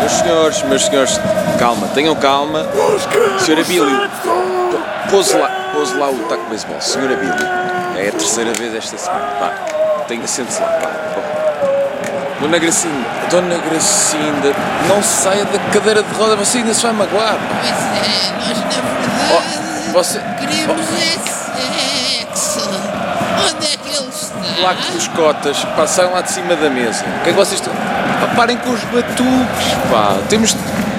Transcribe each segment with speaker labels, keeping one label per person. Speaker 1: meus senhores, meus senhores, calma, tenham calma. Senhor Abílio, pôs lá, pôs lá o taco de beisebol. Senhor Abílio, é a terceira vez esta semana, pá, tenha sente-se lá, pá. Pô. Dona Gracinda, Dona Gracinda, não saia da cadeira de roda, você ainda se vai magoar. pá.
Speaker 2: Mas
Speaker 1: Oh,
Speaker 2: é, nós na verdade
Speaker 1: você-
Speaker 2: queremos é sexo. Onde é que ele está?
Speaker 1: Lá que os cotas, pá, saiam lá de cima da mesa. O que é que vocês estão. Pá, parem com os batuques, pá. Temos.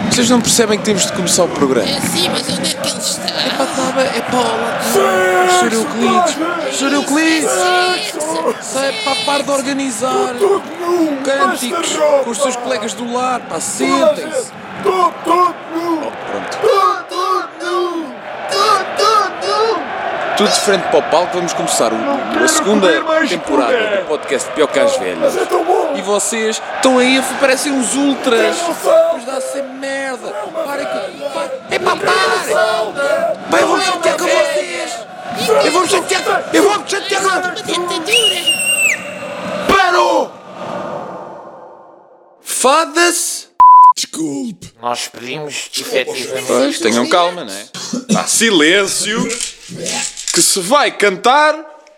Speaker 1: Vocês não percebem que temos de começar o programa.
Speaker 2: É sim, mas onde é que ele está?
Speaker 1: É pá, tá bem, é pá, olá. Sr. Euclides, Sr. Euclides, sai pá, para de organizar cânticos com os seus colegas do lar, pá, sentem-se. Pronto, tudo de frente para o palco, vamos começar o- a segunda temporada do podcast Pior que às Velhas. E vocês estão aí, parecem uns ultras. Vamos dar sempre merda. Parem com. pá, É pá, parem! Pá, eu vou-me chatear com vocês! Eu vou-me chatear! Eu vou-me chatear com
Speaker 2: Uma ditadura!
Speaker 1: Parou! Foda-se!
Speaker 3: Desculpe.
Speaker 4: Nós pedimos efetivamente.
Speaker 1: Pois, tenham calma, não é? Pá, silêncio! Que se vai cantar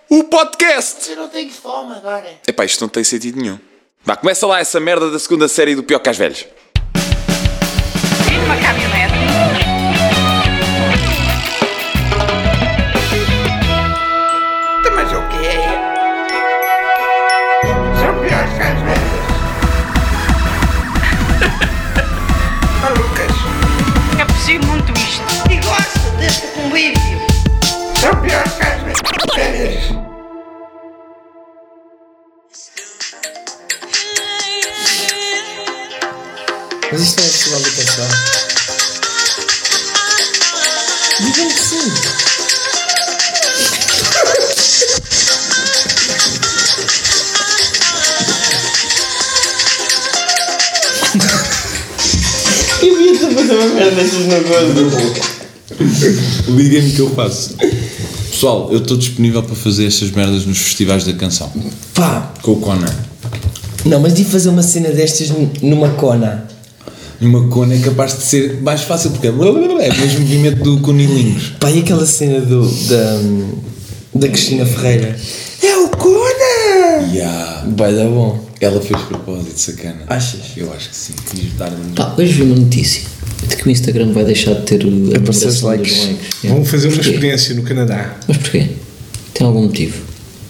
Speaker 1: o podcast!
Speaker 4: Eu não tenho fome agora.
Speaker 1: Epá, isto não tem sentido nenhum. Vá, começa lá essa merda da segunda série do Pior que às Velhas.
Speaker 5: numa caminhonete.
Speaker 3: Mas o que é? São piores que as velhas. Malucas.
Speaker 5: É possível muito isto.
Speaker 6: E gosto deste convívio.
Speaker 3: São piores que as velhas.
Speaker 7: Mas isto não é possível de pensar. Digam que sim. Eu ia te fazer uma merda destas na coisa.
Speaker 8: Liguem-me que eu faço. Pessoal, eu estou disponível para fazer estas merdas nos festivais da canção.
Speaker 7: Pá!
Speaker 8: Com o Conan.
Speaker 7: Não, mas de fazer uma cena destas n- numa cona.
Speaker 8: Uma cona é capaz de ser mais fácil porque é, blá, blá, blá, é o mesmo movimento do Cunilinhos.
Speaker 7: Pá, e aquela cena do, da, da Cristina Ferreira? É o Cona!
Speaker 8: Yeah.
Speaker 7: Vai dar bom.
Speaker 8: Ela fez propósito, sacana.
Speaker 7: Achas?
Speaker 8: Eu acho que sim. Quis dar um...
Speaker 9: Pá, hoje vi uma notícia de que o Instagram vai deixar de ter o- a
Speaker 7: Apareceu É os
Speaker 9: numeração
Speaker 7: likes.
Speaker 9: dos likes.
Speaker 10: Vão fazer uma
Speaker 9: Porquê?
Speaker 10: experiência no Canadá.
Speaker 9: Mas porquê? Tem algum motivo?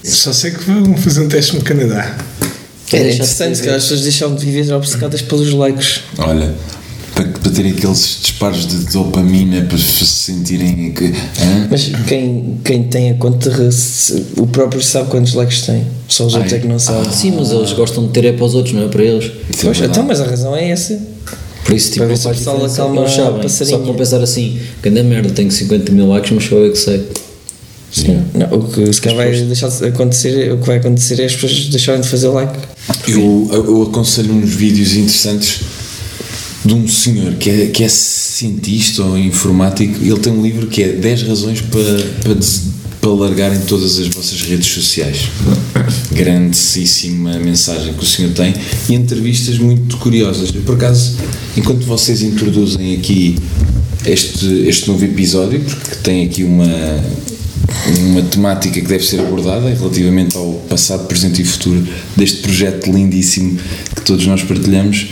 Speaker 10: Só sei que vão fazer um teste no Canadá.
Speaker 9: Vai
Speaker 7: Era
Speaker 9: deixar de
Speaker 7: interessante
Speaker 9: ter-
Speaker 7: que as pessoas deixavam de viver obcecadas pelos likes.
Speaker 8: Olha, para, para terem aqueles disparos de dopamina, para se sentirem que... hã?
Speaker 7: Mas quem, quem tem a conta, se- o próprio sabe quantos likes tem. Só os outros é que
Speaker 8: Ah,
Speaker 7: não sabem.
Speaker 9: Ah, Sim, mas eles gostam de ter é para os outros, não é para eles.
Speaker 8: Isso é
Speaker 7: Pois,
Speaker 8: verdade.
Speaker 7: então, mas a razão é essa.
Speaker 9: Por isso, tipo,
Speaker 7: Para ver
Speaker 9: não
Speaker 7: se o
Speaker 9: faz
Speaker 7: pessoal
Speaker 9: diferença.
Speaker 7: acalma
Speaker 9: Eles
Speaker 7: a
Speaker 9: sabem. Só
Speaker 7: passarinha.
Speaker 9: que vão pensar assim: grande merda, tenho 50 mil likes, mas só eu é que sei.
Speaker 7: Sim. Não, o que se calhar vai deixar de acontecer, o que vai acontecer é as pessoas deixarem de fazer like.
Speaker 8: Eu, eu aconselho uns vídeos interessantes de um senhor que é, que é cientista ou informático. Ele tem um livro que é 10 razões para, para, des- para largarem todas as vossas redes sociais. Grandíssima mensagem que o senhor tem e entrevistas muito curiosas. Eu, por acaso, enquanto vocês introduzem aqui este, este novo episódio, porque tem aqui uma, uma temática que deve ser abordada é relativamente ao passado, presente e futuro deste projeto lindíssimo que todos nós partilhamos.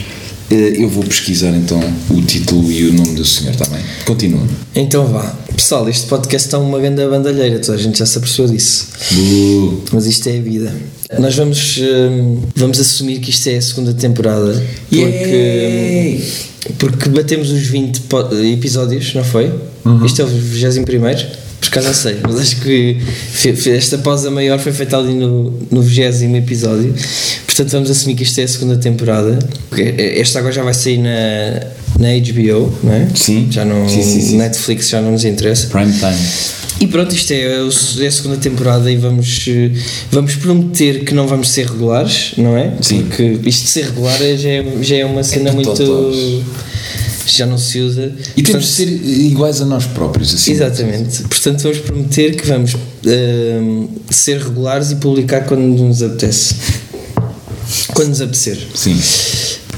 Speaker 8: Eh, Eu vou pesquisar então o título e o nome do senhor, está bem? Continua.
Speaker 7: Então vá. Pessoal, este podcast está uma grande bandalheira, toda a gente já se apercebeu disso.
Speaker 8: Bu.
Speaker 7: Mas isto é a vida. Nós vamos, hum, vamos assumir que isto é a segunda temporada. Porque, porque batemos os 20 po- episódios, não foi?
Speaker 8: Uhum.
Speaker 7: Isto é o 21 primeiro. Por acaso não sei, mas acho que fe- fe- esta pausa maior foi feita ali no, no 20 episódio. Portanto, vamos assumir que isto é a segunda temporada. Porque Esta agora já vai sair na, na HBO, não é?
Speaker 8: Sim.
Speaker 7: Já não.
Speaker 8: Sim, sim, sim.
Speaker 7: Netflix já não nos interessa.
Speaker 8: Prime time.
Speaker 7: E pronto, isto é, o- é a segunda temporada e vamos, eh, vamos prometer que não vamos ser regulares, não é?
Speaker 8: Sim.
Speaker 7: Porque isto de ser regular é- já é, já é uma cena
Speaker 8: de
Speaker 7: muito.
Speaker 8: totós.
Speaker 7: já não se usa.
Speaker 8: E
Speaker 7: Portanto,
Speaker 8: temos de ser iguais a nós próprios, assim.
Speaker 7: Exatamente. Portanto, vamos prometer que vamos ehm, ser regulares e publicar quando nos apetece. Quando nos apetecer.
Speaker 8: Sim.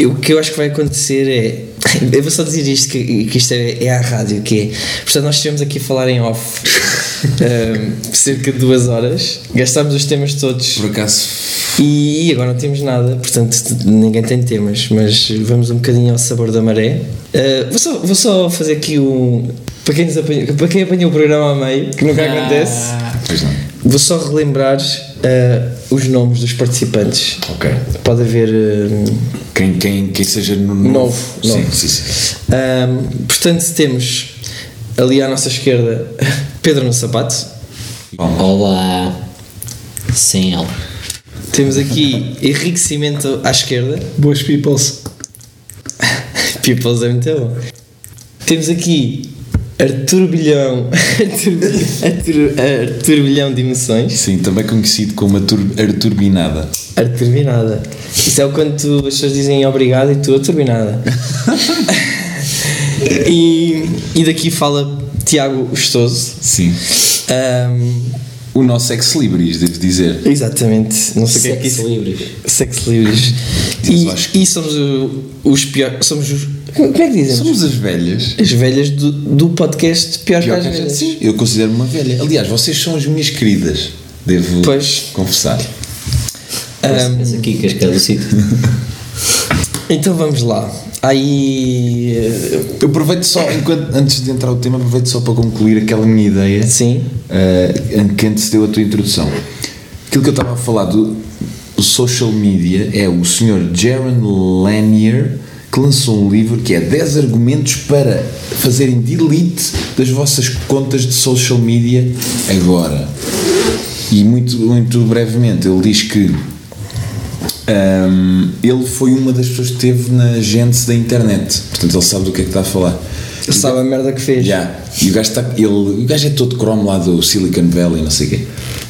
Speaker 7: O que eu acho que vai acontecer é. Eu vou só dizer isto, que, que isto é, é à rádio, que é. Portanto, nós estivemos aqui a falar em off um, cerca de duas horas, gastámos os temas todos.
Speaker 8: Por acaso.
Speaker 7: E, e agora não temos nada, portanto, ninguém tem temas, mas vamos um bocadinho ao sabor da maré. Uh, vou, só, vou só fazer aqui um. Para quem, nos apanhou, para quem apanhou o programa a meio, que nunca acontece,
Speaker 8: Pois não.
Speaker 7: vou só relembrar uh, os nomes dos participantes.
Speaker 8: Ok.
Speaker 7: Pode haver. uh,
Speaker 8: Quem, quem, quem seja no
Speaker 7: Novo,
Speaker 8: Sim,
Speaker 7: novo.
Speaker 8: sim, sim.
Speaker 7: Ahm, portanto, temos ali à nossa esquerda Pedro no Sapato.
Speaker 8: Bom,
Speaker 9: Olá. Sem ela.
Speaker 7: Temos aqui Henrique Cimento à esquerda.
Speaker 10: Boas peoples.
Speaker 7: Peoples é muito bom. Temos aqui Arturo Bilhão. Arturo, Arturo, Arturo Bilhão de Emoções.
Speaker 8: sim, também conhecido como a, tur a turbinada.
Speaker 7: Arturo Binada. Isso é o quando tu, as pessoas dizem obrigado e tu Arturo Binada. e, e daqui fala Tiago Gostoso.
Speaker 8: Sim. O nosso ex-libris, devo dizer.
Speaker 7: Exatamente, não sei o que é que
Speaker 9: Sexo
Speaker 7: isso.
Speaker 9: livres.
Speaker 7: Sexo livres.
Speaker 8: Isso acho
Speaker 7: E, e somos o- os piores. Somos os. Como como é que dizem?
Speaker 8: Somos as velhas.
Speaker 7: as velhas do, do podcast Pior,
Speaker 8: Pior
Speaker 7: que as velhas.
Speaker 8: Sim, eu considero-me uma velha. Aliás, vocês são as minhas queridas. Devo
Speaker 7: Pois.
Speaker 8: confessar.
Speaker 9: Essa aqui que és cá do sítio.
Speaker 7: Então vamos lá. Aí. eh,
Speaker 8: Eu aproveito só, enquanto, antes de entrar o tema, aproveito só para concluir aquela minha ideia
Speaker 7: Sim.
Speaker 8: eh, em que antecedeu a tua introdução. Aquilo que eu estava a falar do, do social media é o Sr. Jaron Lanier que lançou um livro que é 10 argumentos para fazerem delete das vossas contas de social media agora. E muito, muito brevemente, ele diz que Ahm, ele foi uma das pessoas que esteve na gente da internet. Portanto, ele sabe do que é que está a falar.
Speaker 7: Ele sabe a merda que fez.
Speaker 8: Já. E o gajo, está, ele, o gajo é todo cromo lá do Silicon Valley, não sei o quê.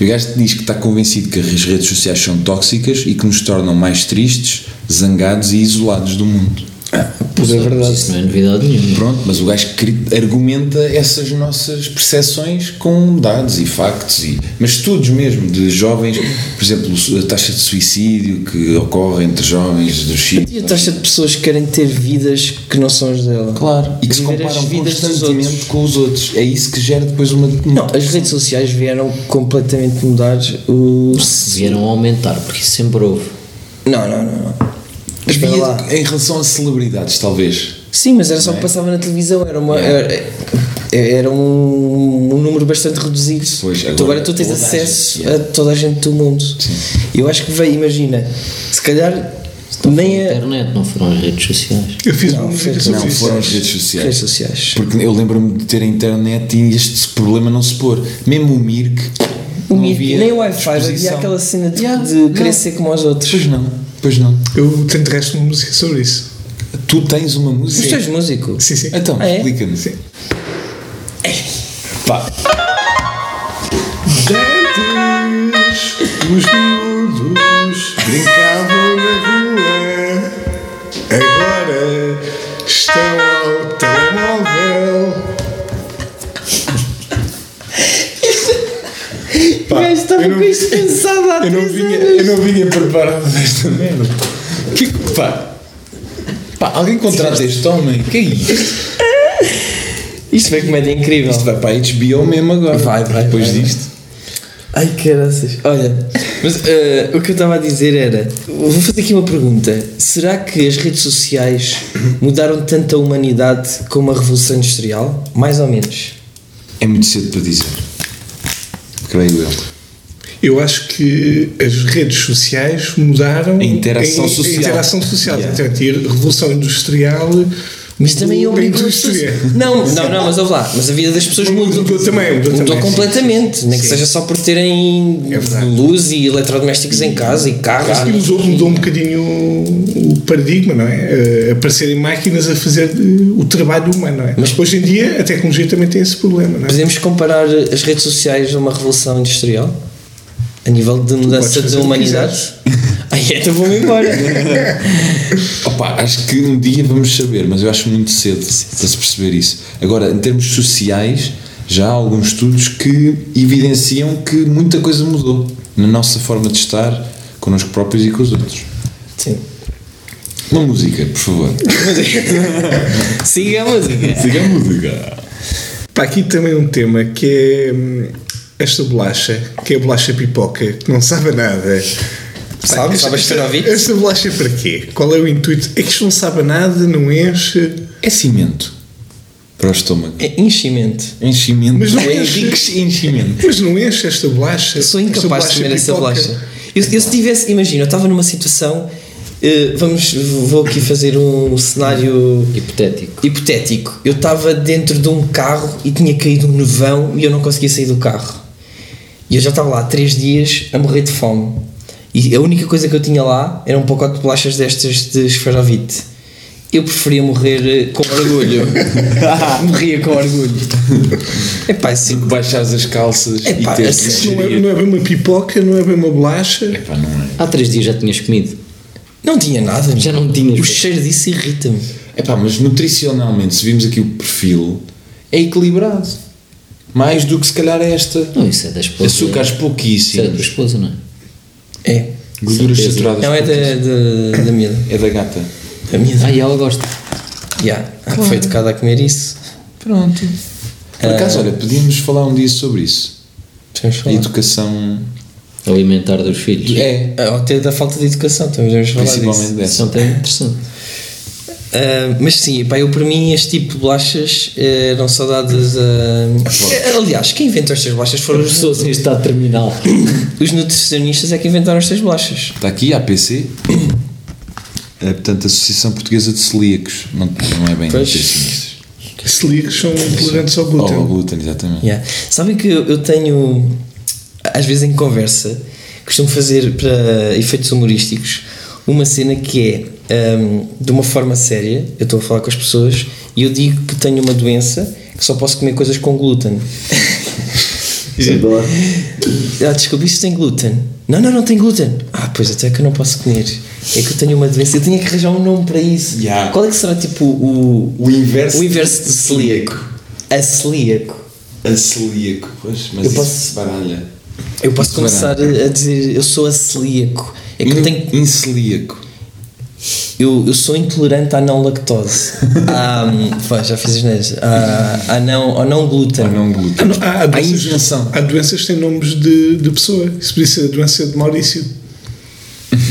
Speaker 8: E o gajo diz que está convencido que as redes sociais são tóxicas e que nos tornam mais tristes, zangados e isolados do mundo.
Speaker 7: Pois é verdade.
Speaker 9: Isso não é novidade nenhuma.
Speaker 8: Pronto, mas o gajo cri- argumenta essas nossas percepções com dados e factos, e, mas estudos mesmo de jovens, por exemplo, a taxa de suicídio que ocorre entre jovens do Chile.
Speaker 7: E a taxa de pessoas que querem ter vidas que não são as dela.
Speaker 8: Claro, e que se
Speaker 7: Viver as
Speaker 8: comparam
Speaker 7: vidas dos
Speaker 8: constantemente
Speaker 7: outros.
Speaker 8: com os outros. É isso que gera depois uma.
Speaker 7: Não, as redes sociais vieram completamente mudar o.
Speaker 9: Vieram aumentar, porque isso sempre houve.
Speaker 7: Não, não, não. não. Espera lá.
Speaker 8: Havia- em relação a celebridades, talvez.
Speaker 7: Sim, mas era só o que
Speaker 9: é?
Speaker 7: passava na televisão, era, uma, era, era um, um número bastante reduzido.
Speaker 8: Pois,
Speaker 7: Tu
Speaker 8: agora
Speaker 7: agora tu tens
Speaker 8: toda a
Speaker 7: acesso
Speaker 8: gente,
Speaker 7: a, toda a gente do mundo. Eu acho que veio, imagina, se calhar nem
Speaker 9: A
Speaker 7: a
Speaker 9: internet não foram as redes sociais.
Speaker 10: Eu fiz
Speaker 7: Não,
Speaker 10: uma música
Speaker 7: fez-
Speaker 10: sobre
Speaker 8: Não,
Speaker 10: isso.
Speaker 8: foram as redes sociais.
Speaker 7: redes sociais.
Speaker 8: Porque eu lembro-me de ter a internet e este problema não se pôr. Mesmo o Mirk.
Speaker 7: O
Speaker 8: não
Speaker 7: Mirk-
Speaker 8: havia
Speaker 7: nem o Wi-Fi, havia
Speaker 8: exposição.
Speaker 7: aquela cena de,
Speaker 8: Yeah,
Speaker 7: de querer
Speaker 8: não.
Speaker 7: ser como os outros.
Speaker 8: Pois não, pois não.
Speaker 10: Eu tenho de resto uma música sobre isso.
Speaker 8: Tu tens uma
Speaker 7: Mas tu
Speaker 10: é
Speaker 8: música.
Speaker 7: és músico?
Speaker 10: Sim, sim.
Speaker 8: Então,
Speaker 7: Ah, é?
Speaker 8: explica-me. É.
Speaker 10: Sim.
Speaker 8: Pá.
Speaker 10: Antes, os miúdos brincavam na rua. Agora estão ao telemóvel.
Speaker 7: O gajo tá estava
Speaker 10: eu não-
Speaker 7: com isto pensado há
Speaker 10: Eu não
Speaker 7: três
Speaker 10: vinha,
Speaker 7: anos.
Speaker 10: eu não vinha preparado desta merda.
Speaker 8: Que, pá. Pá, alguém contrata este homem. Que é isto?
Speaker 7: Isto foi comédia incrível.
Speaker 8: Isto vai para a HBO mesmo agora.
Speaker 7: Vai, vai,
Speaker 8: Depois
Speaker 7: vai,
Speaker 8: disto.
Speaker 7: Ai, caraças. Olha, mas eh, o que eu estava a dizer era: vou fazer aqui uma pergunta. Será que as redes sociais mudaram tanto a humanidade como a Revolução Industrial? Mais ou menos.
Speaker 8: É muito cedo para dizer. Creio eu.
Speaker 10: Eu acho que as redes sociais mudaram
Speaker 8: A interação
Speaker 10: a- a
Speaker 8: social.
Speaker 10: interação social,
Speaker 8: Yeah.
Speaker 10: portanto, e a revolução industrial.
Speaker 7: Mas também
Speaker 10: mudou a
Speaker 7: obrigou as
Speaker 10: indústria.
Speaker 7: pessoas. Não, não, não, mas ouve lá. Mas a vida das pessoas mudou.
Speaker 10: Mudou também, mudou
Speaker 7: Mudou
Speaker 10: também, sim,
Speaker 7: completamente. Nem que
Speaker 10: Sim.
Speaker 7: seja só por terem
Speaker 10: É verdade.
Speaker 7: luz e eletrodomésticos em casa e carros.
Speaker 10: Acho que mudou, mudou um bocadinho o paradigma, não é? Eh, aparecerem máquinas a fazer eh, o trabalho humano, não é? Mas hoje em dia a tecnologia também tem esse problema, não é?
Speaker 7: Podemos comparar as redes sociais a uma revolução industrial? A nível de mudança
Speaker 10: podes
Speaker 7: de
Speaker 10: fazer o que
Speaker 7: humanidade? Ai, então vou-me embora.
Speaker 8: Opa, acho que um dia vamos saber, mas eu acho muito cedo para se perceber isso. Agora, em termos sociais, já há alguns estudos que evidenciam que muita coisa mudou na nossa forma de estar connosco próprios e com os outros.
Speaker 7: Sim.
Speaker 8: Uma música, por favor.
Speaker 7: Siga a música.
Speaker 8: Siga a música.
Speaker 7: é-
Speaker 10: Pá, aqui também um tema que é hum, esta bolacha, que é a bolacha pipoca, que não sabe a nada.
Speaker 7: Sabe?
Speaker 10: Esta-
Speaker 7: Sabe as Teravites?
Speaker 10: Esta bolacha é para quê? Qual é o intuito? É que isto não sabe a nada, não enche.
Speaker 8: É cimento. Para o estômago.
Speaker 7: É enchimento.
Speaker 8: Enchimento.
Speaker 10: Mas não
Speaker 8: é
Speaker 10: enche.
Speaker 8: ricos em enchimento.
Speaker 10: Mas não enche esta bolacha.
Speaker 7: Eu sou incapaz de comer essa bolacha. Eu, eu se tivesse, imagina, eu estava numa situação. eh, vamos, vou aqui fazer um cenário
Speaker 9: Hipotético.
Speaker 7: hipotético. Eu estava dentro de um carro e tinha caído um nevão e eu não conseguia sair do carro. E eu já estava lá há 3 dias a morrer de fome. E a única coisa que eu tinha lá era um pacote de bolachas destas de esfaravite. Eu preferia morrer eh, com orgulho. Morria com orgulho. Epá, assim,
Speaker 8: Baixares as calças
Speaker 7: Epá,
Speaker 8: e teres
Speaker 7: assim,
Speaker 8: de
Speaker 10: Não é,
Speaker 8: encher.
Speaker 10: não é bem uma pipoca, não é bem uma bolacha.
Speaker 8: Epá, não é.
Speaker 9: Há três dias já tinhas comido.
Speaker 7: não tinha nada.
Speaker 9: Já não tinhas.
Speaker 7: O cheiro disso irrita-me.
Speaker 8: Epá, mas nutricionalmente, se vimos aqui o perfil, é equilibrado. Mais do que se calhar esta.
Speaker 9: Não, isso é da esposa.
Speaker 8: Açúcares
Speaker 9: Isso é da tua
Speaker 8: pouquíssimos.
Speaker 9: esposa, não é?
Speaker 7: É.
Speaker 8: Gorduras
Speaker 9: Certeza.
Speaker 8: saturadas.
Speaker 7: Não é
Speaker 8: pouquíssimas.
Speaker 7: da, da, da miúda.
Speaker 8: É da gata.
Speaker 7: A miúda.
Speaker 9: Ah, e ela gosta.
Speaker 7: Yeah. Ah, Foi tocada a comer isso.
Speaker 8: Pronto. Por acaso,
Speaker 7: Ah.
Speaker 8: olha, podíamos falar um dia sobre isso.
Speaker 7: Podemos
Speaker 8: A
Speaker 7: falar.
Speaker 8: educação.
Speaker 9: Alimentar dos filhos.
Speaker 8: É,
Speaker 7: Ah, Até da falta de educação, também podemos falar
Speaker 8: principalmente
Speaker 7: disso.
Speaker 9: Isso
Speaker 8: dessa.
Speaker 9: até é interessante.
Speaker 7: Ah, mas sim, pá, eu para mim este tipo de bolachas eh, eram saudadas a. Eh, Aliás, quem inventou estas bolachas
Speaker 9: As
Speaker 7: foram os,
Speaker 9: pessoas em estado terminal.
Speaker 7: os nutricionistas é que inventaram estas bolachas.
Speaker 8: Está aqui a APC. É, portanto, Associação Portuguesa de Celíacos. Não, não é bem
Speaker 7: Pois.
Speaker 8: nutricionistas.
Speaker 10: Se ligas, são tolerantes ao glúten.
Speaker 8: Ou ao glúten, exatamente.
Speaker 7: Yeah. Sabem que eu eu tenho, às vezes em conversa, costumo fazer para efeitos humorísticos uma cena que é hum, de uma forma séria. Eu estou a falar com as pessoas e eu digo que tenho uma doença que só posso comer coisas com glúten. é Ah, desculpa, isto tem glúten. Não, não, não tem glúten. Ah, pois até que eu não posso comer. É que eu tenho uma doença. Eu tinha que arranjar um nome para isso.
Speaker 8: Yeah.
Speaker 7: Qual é que será tipo o,
Speaker 8: O inverso
Speaker 7: o inverso de celíaco? A celíaco.
Speaker 8: A celíaco, pois, mas
Speaker 7: Eu
Speaker 8: isso
Speaker 7: posso-
Speaker 8: se baralha.
Speaker 7: Eu posso
Speaker 8: Isso
Speaker 7: começar
Speaker 8: baralha.
Speaker 7: a dizer eu sou a celíaco. É que eu
Speaker 8: In-
Speaker 7: tenho.
Speaker 8: Incelíaco.
Speaker 7: Eu, eu sou intolerante à não lactose. à, hum, pá, já fiz as Ah, à, à não Ao não glúten.
Speaker 8: Ou não é um glúten.
Speaker 10: Ah, não, há, há
Speaker 8: Há
Speaker 10: doenças,
Speaker 8: injeção.
Speaker 10: há doenças que têm nomes de, de pessoa. Isso podia ser a doença de Maurício.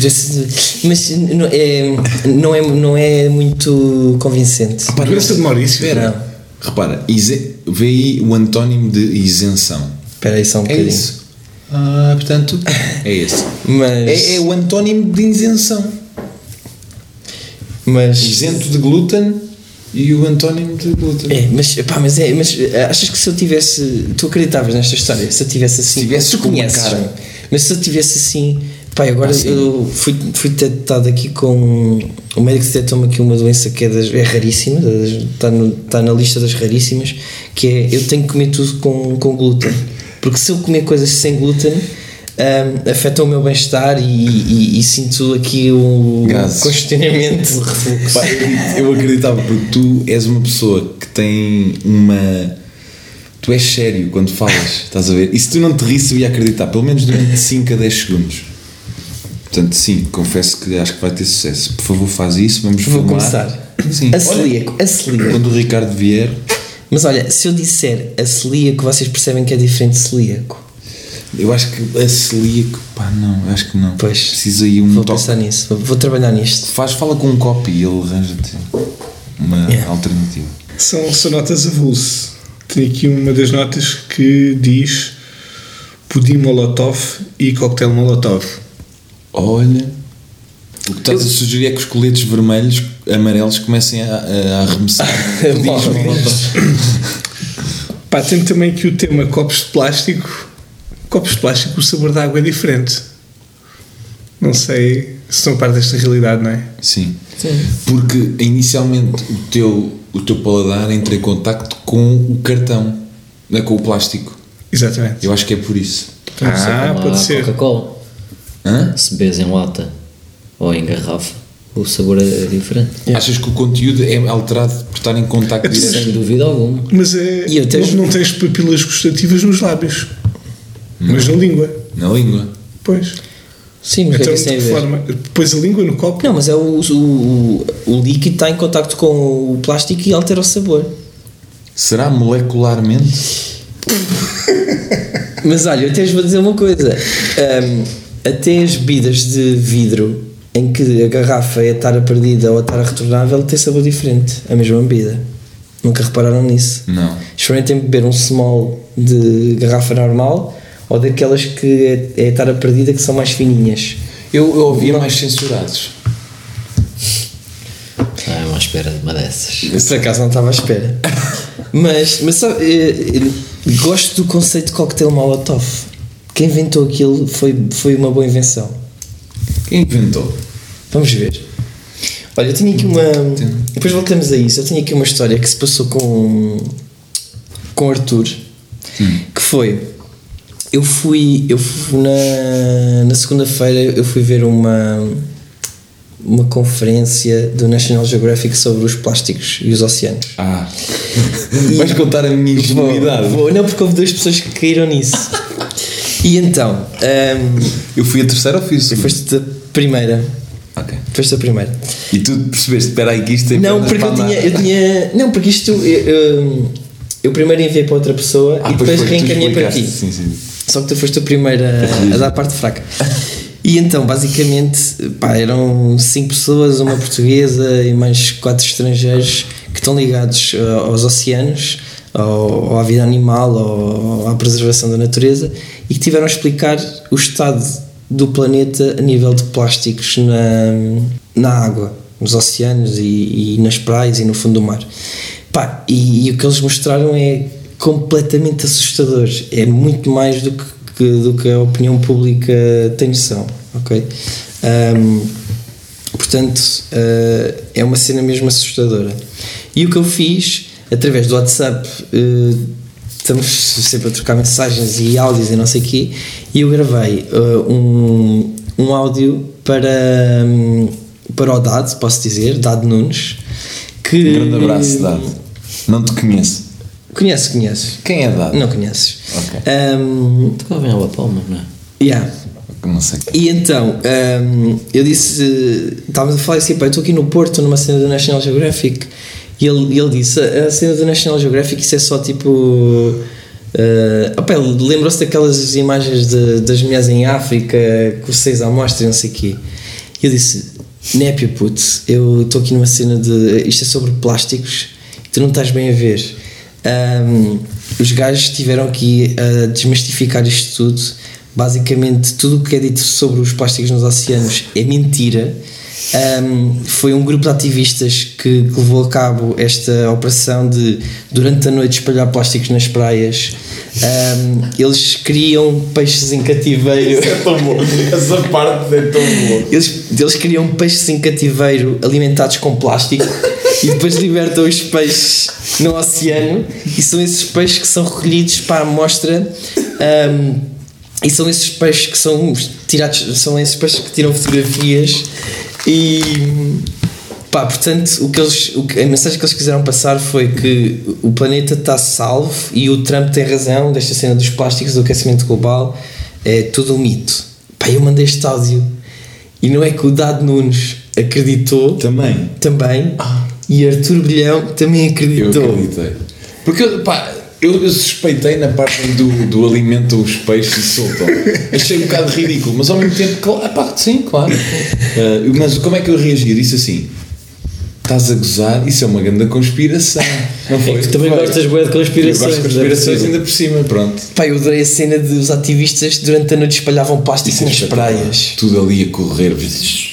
Speaker 7: Já se- Mas não é, não, é, não é muito convincente.
Speaker 10: A doença de Maurício.
Speaker 7: Espera.
Speaker 8: Repara, ise- vê aí o antónimo de isenção.
Speaker 7: Espera aí só um
Speaker 8: É
Speaker 7: bocadinho.
Speaker 8: isso. Ah, portanto, é esse.
Speaker 7: Mas,
Speaker 8: É, é o antónimo de isenção.
Speaker 7: mas,
Speaker 8: é Isento de glúten e o antónimo de glúten.
Speaker 7: é, mas, pá, mas, é, mas eh, achas que se eu tivesse. Tu acreditavas nesta história? Se eu tivesse assim.
Speaker 8: tivesses
Speaker 7: tu
Speaker 8: com uma
Speaker 7: conheces,
Speaker 8: cara. Ah,
Speaker 7: não? Mas se eu tivesse assim. Pá, agora eu fui, fui detectado aqui com. O médico detectou-me aqui uma doença que é, das, é raríssima, das- está, no- está na lista das raríssimas, que é eu tenho que comer tudo com, com glúten. Porque se eu comer coisas sem glúten. ahm, afeta o meu bem-estar e, e- e sinto aqui o
Speaker 8: Gases.
Speaker 7: congestionamento refluxo.
Speaker 8: Pá, eu, eu acreditava, porque tu és uma pessoa que tem uma. Tu és sério quando falas, estás a ver? E se tu não te risse, eu ia acreditar, pelo menos durante 5 a 10 segundos. Portanto, sim, confesso que acho que vai ter sucesso. Por favor, faz isso, vamos
Speaker 7: Vou
Speaker 8: filmar.
Speaker 7: começar.
Speaker 8: Sim.
Speaker 7: A celíaco, a celíaco.
Speaker 8: Quando o Ricardo vier,
Speaker 7: Mas olha, se eu disser a celíaco, vocês percebem que é diferente de celíaco.
Speaker 8: eu acho que a celíaco, pá, não, acho que não.
Speaker 7: Pois.
Speaker 8: Precisa aí um
Speaker 7: Vou
Speaker 8: toque.
Speaker 7: pensar nisso, vou, vou trabalhar nisto.
Speaker 8: Faz, fala com um copy e ele arranja-te uma alternativa.
Speaker 10: São, são notas avulso. Tenho aqui uma das notas que diz pudim molotov e coquetel molotov.
Speaker 8: Olha, o que estás a sugerir é que os coletes vermelhos, amarelos, comecem a, a arremessar.
Speaker 7: É
Speaker 8: Pudins, molotov.
Speaker 10: Pá, tenho também aqui o tema copos de plástico. Copos de plástico, o sabor da água é diferente. Não sei se estão a par desta realidade, não é?
Speaker 8: Sim. Porque inicialmente o teu, o teu paladar entra em contacto com o cartão, não é com o plástico.
Speaker 10: Exatamente.
Speaker 8: Eu acho que é por isso.
Speaker 10: Ah, pode ser.
Speaker 9: Coca-Cola.
Speaker 8: Hã?
Speaker 9: Se bebes em lata ou em garrafa, o sabor é diferente.
Speaker 8: Achas que o conteúdo é alterado por estar em contacto direto?
Speaker 9: Sem dúvida alguma.
Speaker 10: Mas é,
Speaker 7: E eu tenho-
Speaker 10: não, não tens papilas gustativas nos lábios, mas na língua.
Speaker 8: Na língua.
Speaker 10: Pois.
Speaker 7: Sim, mas o que
Speaker 10: então,
Speaker 7: é que isso tem a
Speaker 10: de
Speaker 7: ver?
Speaker 10: forma, depois a língua no copo.
Speaker 7: Não, mas é o, o, o líquido está em contacto com o plástico e altera o sabor.
Speaker 8: Será molecularmente?
Speaker 7: Mas olha, eu até vos vou dizer uma coisa. Ahm, até as bebidas de vidro em que a garrafa é tara perdida ou a tara retornável tem sabor diferente. A mesma bebida. Nunca repararam nisso?
Speaker 8: Não.
Speaker 7: Experimentem beber um small de garrafa normal ou daquelas que é, é tara perdida que são mais fininhas.
Speaker 8: Eu, eu ouvia mais censurados.
Speaker 9: Estava à espera de Ah, é uma dessas.
Speaker 7: Por acaso não estava à espera. mas mas sabe, eh, eh, gosto do conceito de cocktail molotov. Quem inventou aquilo foi, foi uma boa invenção.
Speaker 8: Quem inventou?
Speaker 7: Vamos ver. Olha, eu tinha aqui uma. Depois voltamos a isso. Eu tinha aqui uma história que se passou com. com Arthur. Que foi. Eu fui. Eu fui na. Na segunda-feira eu fui ver uma. Uma conferência do National Geographic sobre os plásticos e os oceanos.
Speaker 8: Ah. Vais contar a minha
Speaker 7: Vou-
Speaker 8: ingenuidade.
Speaker 7: vou- não, porque houve duas pessoas que caíram nisso. E então. ahm,
Speaker 8: Eu fui a terceira ou fui a segunda?
Speaker 7: foste a primeira.
Speaker 8: Ok.
Speaker 7: Foste a primeira.
Speaker 8: E tu percebeste, espera aí que isto tem
Speaker 7: Não,
Speaker 8: pernas
Speaker 7: porque
Speaker 8: para
Speaker 7: eu tinha,
Speaker 8: andar.
Speaker 7: eu tinha. Não, porque isto. Eu, eu, eu primeiro enviei para outra pessoa
Speaker 8: Ah,
Speaker 7: e
Speaker 8: pois
Speaker 7: depois
Speaker 8: foi, tu
Speaker 7: reencaminhei para ti.
Speaker 8: explicaste. Sim, sim.
Speaker 7: Só que tu foste a primeira a, a dar a parte fraca. E então, basicamente, pá, eram cinco pessoas, uma portuguesa e mais quatro estrangeiros que estão ligados eh, aos oceanos, ao, à vida animal, ao, à preservação da natureza e que tiveram a explicar o estado do planeta a nível de plásticos na, na água, nos oceanos e, e nas praias e no fundo do mar. Pá, e, e o que eles mostraram é completamente assustador. É muito mais do que, que- do que a opinião pública tem noção, ok? Ahm, portanto, ah, é uma cena mesmo assustadora. E o que eu fiz, através do WhatsApp, eh, estamos sempre a trocar mensagens e áudios e não sei o quê, e eu gravei ah, um, um áudio para, hum, para o Dado, posso dizer, Dado Nunes, que...
Speaker 8: Um grande abraço, Dado. Não te conheço.
Speaker 7: Conhece, conhece.
Speaker 8: Quem é Dado?
Speaker 7: Não conheces.
Speaker 8: Ok.
Speaker 7: Um,
Speaker 9: Tu comem a palma, não é?
Speaker 7: yeah.
Speaker 8: Não sei quem.
Speaker 7: E então, um, eu disse, estávamos a falar assim, pá, eu estou aqui no Porto numa cena do National Geographic e ele, e ele disse, a, a cena do National Geographic isso é só tipo... Uh, opá, ele lembrou-se daquelas imagens de- das mulheres em África com seis amostras e não sei o quê. E eu disse, népio puto, eu estou aqui numa cena de... isto é sobre plásticos tu não estás bem a ver. Um, os gajos estiveram aqui a desmistificar isto tudo. Basicamente, tudo o que é dito sobre os plásticos nos oceanos é mentira. Um, foi um grupo de ativistas que, que levou a cabo esta operação de, durante a noite, espalhar plásticos nas praias. Um, eles criam peixes em cativeiro.
Speaker 8: Essa parte é tão boa.
Speaker 7: Eles, eles criam peixes em cativeiro alimentados com plástico e depois libertam os peixes no oceano e são esses peixes que são recolhidos para a amostra ahm, e são esses peixes que são tirados, são esses peixes que tiram fotografias e pá, portanto o que eles, o que- a mensagem que eles quiseram passar foi que o planeta está salvo e o Trump tem razão desta cena dos plásticos, do aquecimento global é tudo um mito pá, eu mandei este áudio e não é que o Dado Nunes acreditou
Speaker 8: Também. Ah.
Speaker 7: também e Arthur Bilhão também
Speaker 8: Eu
Speaker 7: acreditou.
Speaker 8: acreditei. Porque, eu, pá, eu, eu suspeitei na parte do, do alimento os peixes e soltam. Achei um bocado ridículo, mas ao mesmo tempo, claro, pá, sim, claro. Ah, mas como é que eu reagi? Eu Disse assim: estás a gozar, isso é uma grande conspiração. Não foi?
Speaker 9: É que também
Speaker 8: Foi.
Speaker 9: gostas bué de conspirações,
Speaker 8: Eu gosto de
Speaker 9: não é
Speaker 8: conspirações
Speaker 9: possível.
Speaker 8: ainda por cima, pronto.
Speaker 7: Pá, eu adorei a cena dos ativistas que durante a noite espalhavam plástico
Speaker 8: Isso é
Speaker 7: nas
Speaker 8: espetacular.
Speaker 7: praias.
Speaker 8: Tudo ali a correr, grandes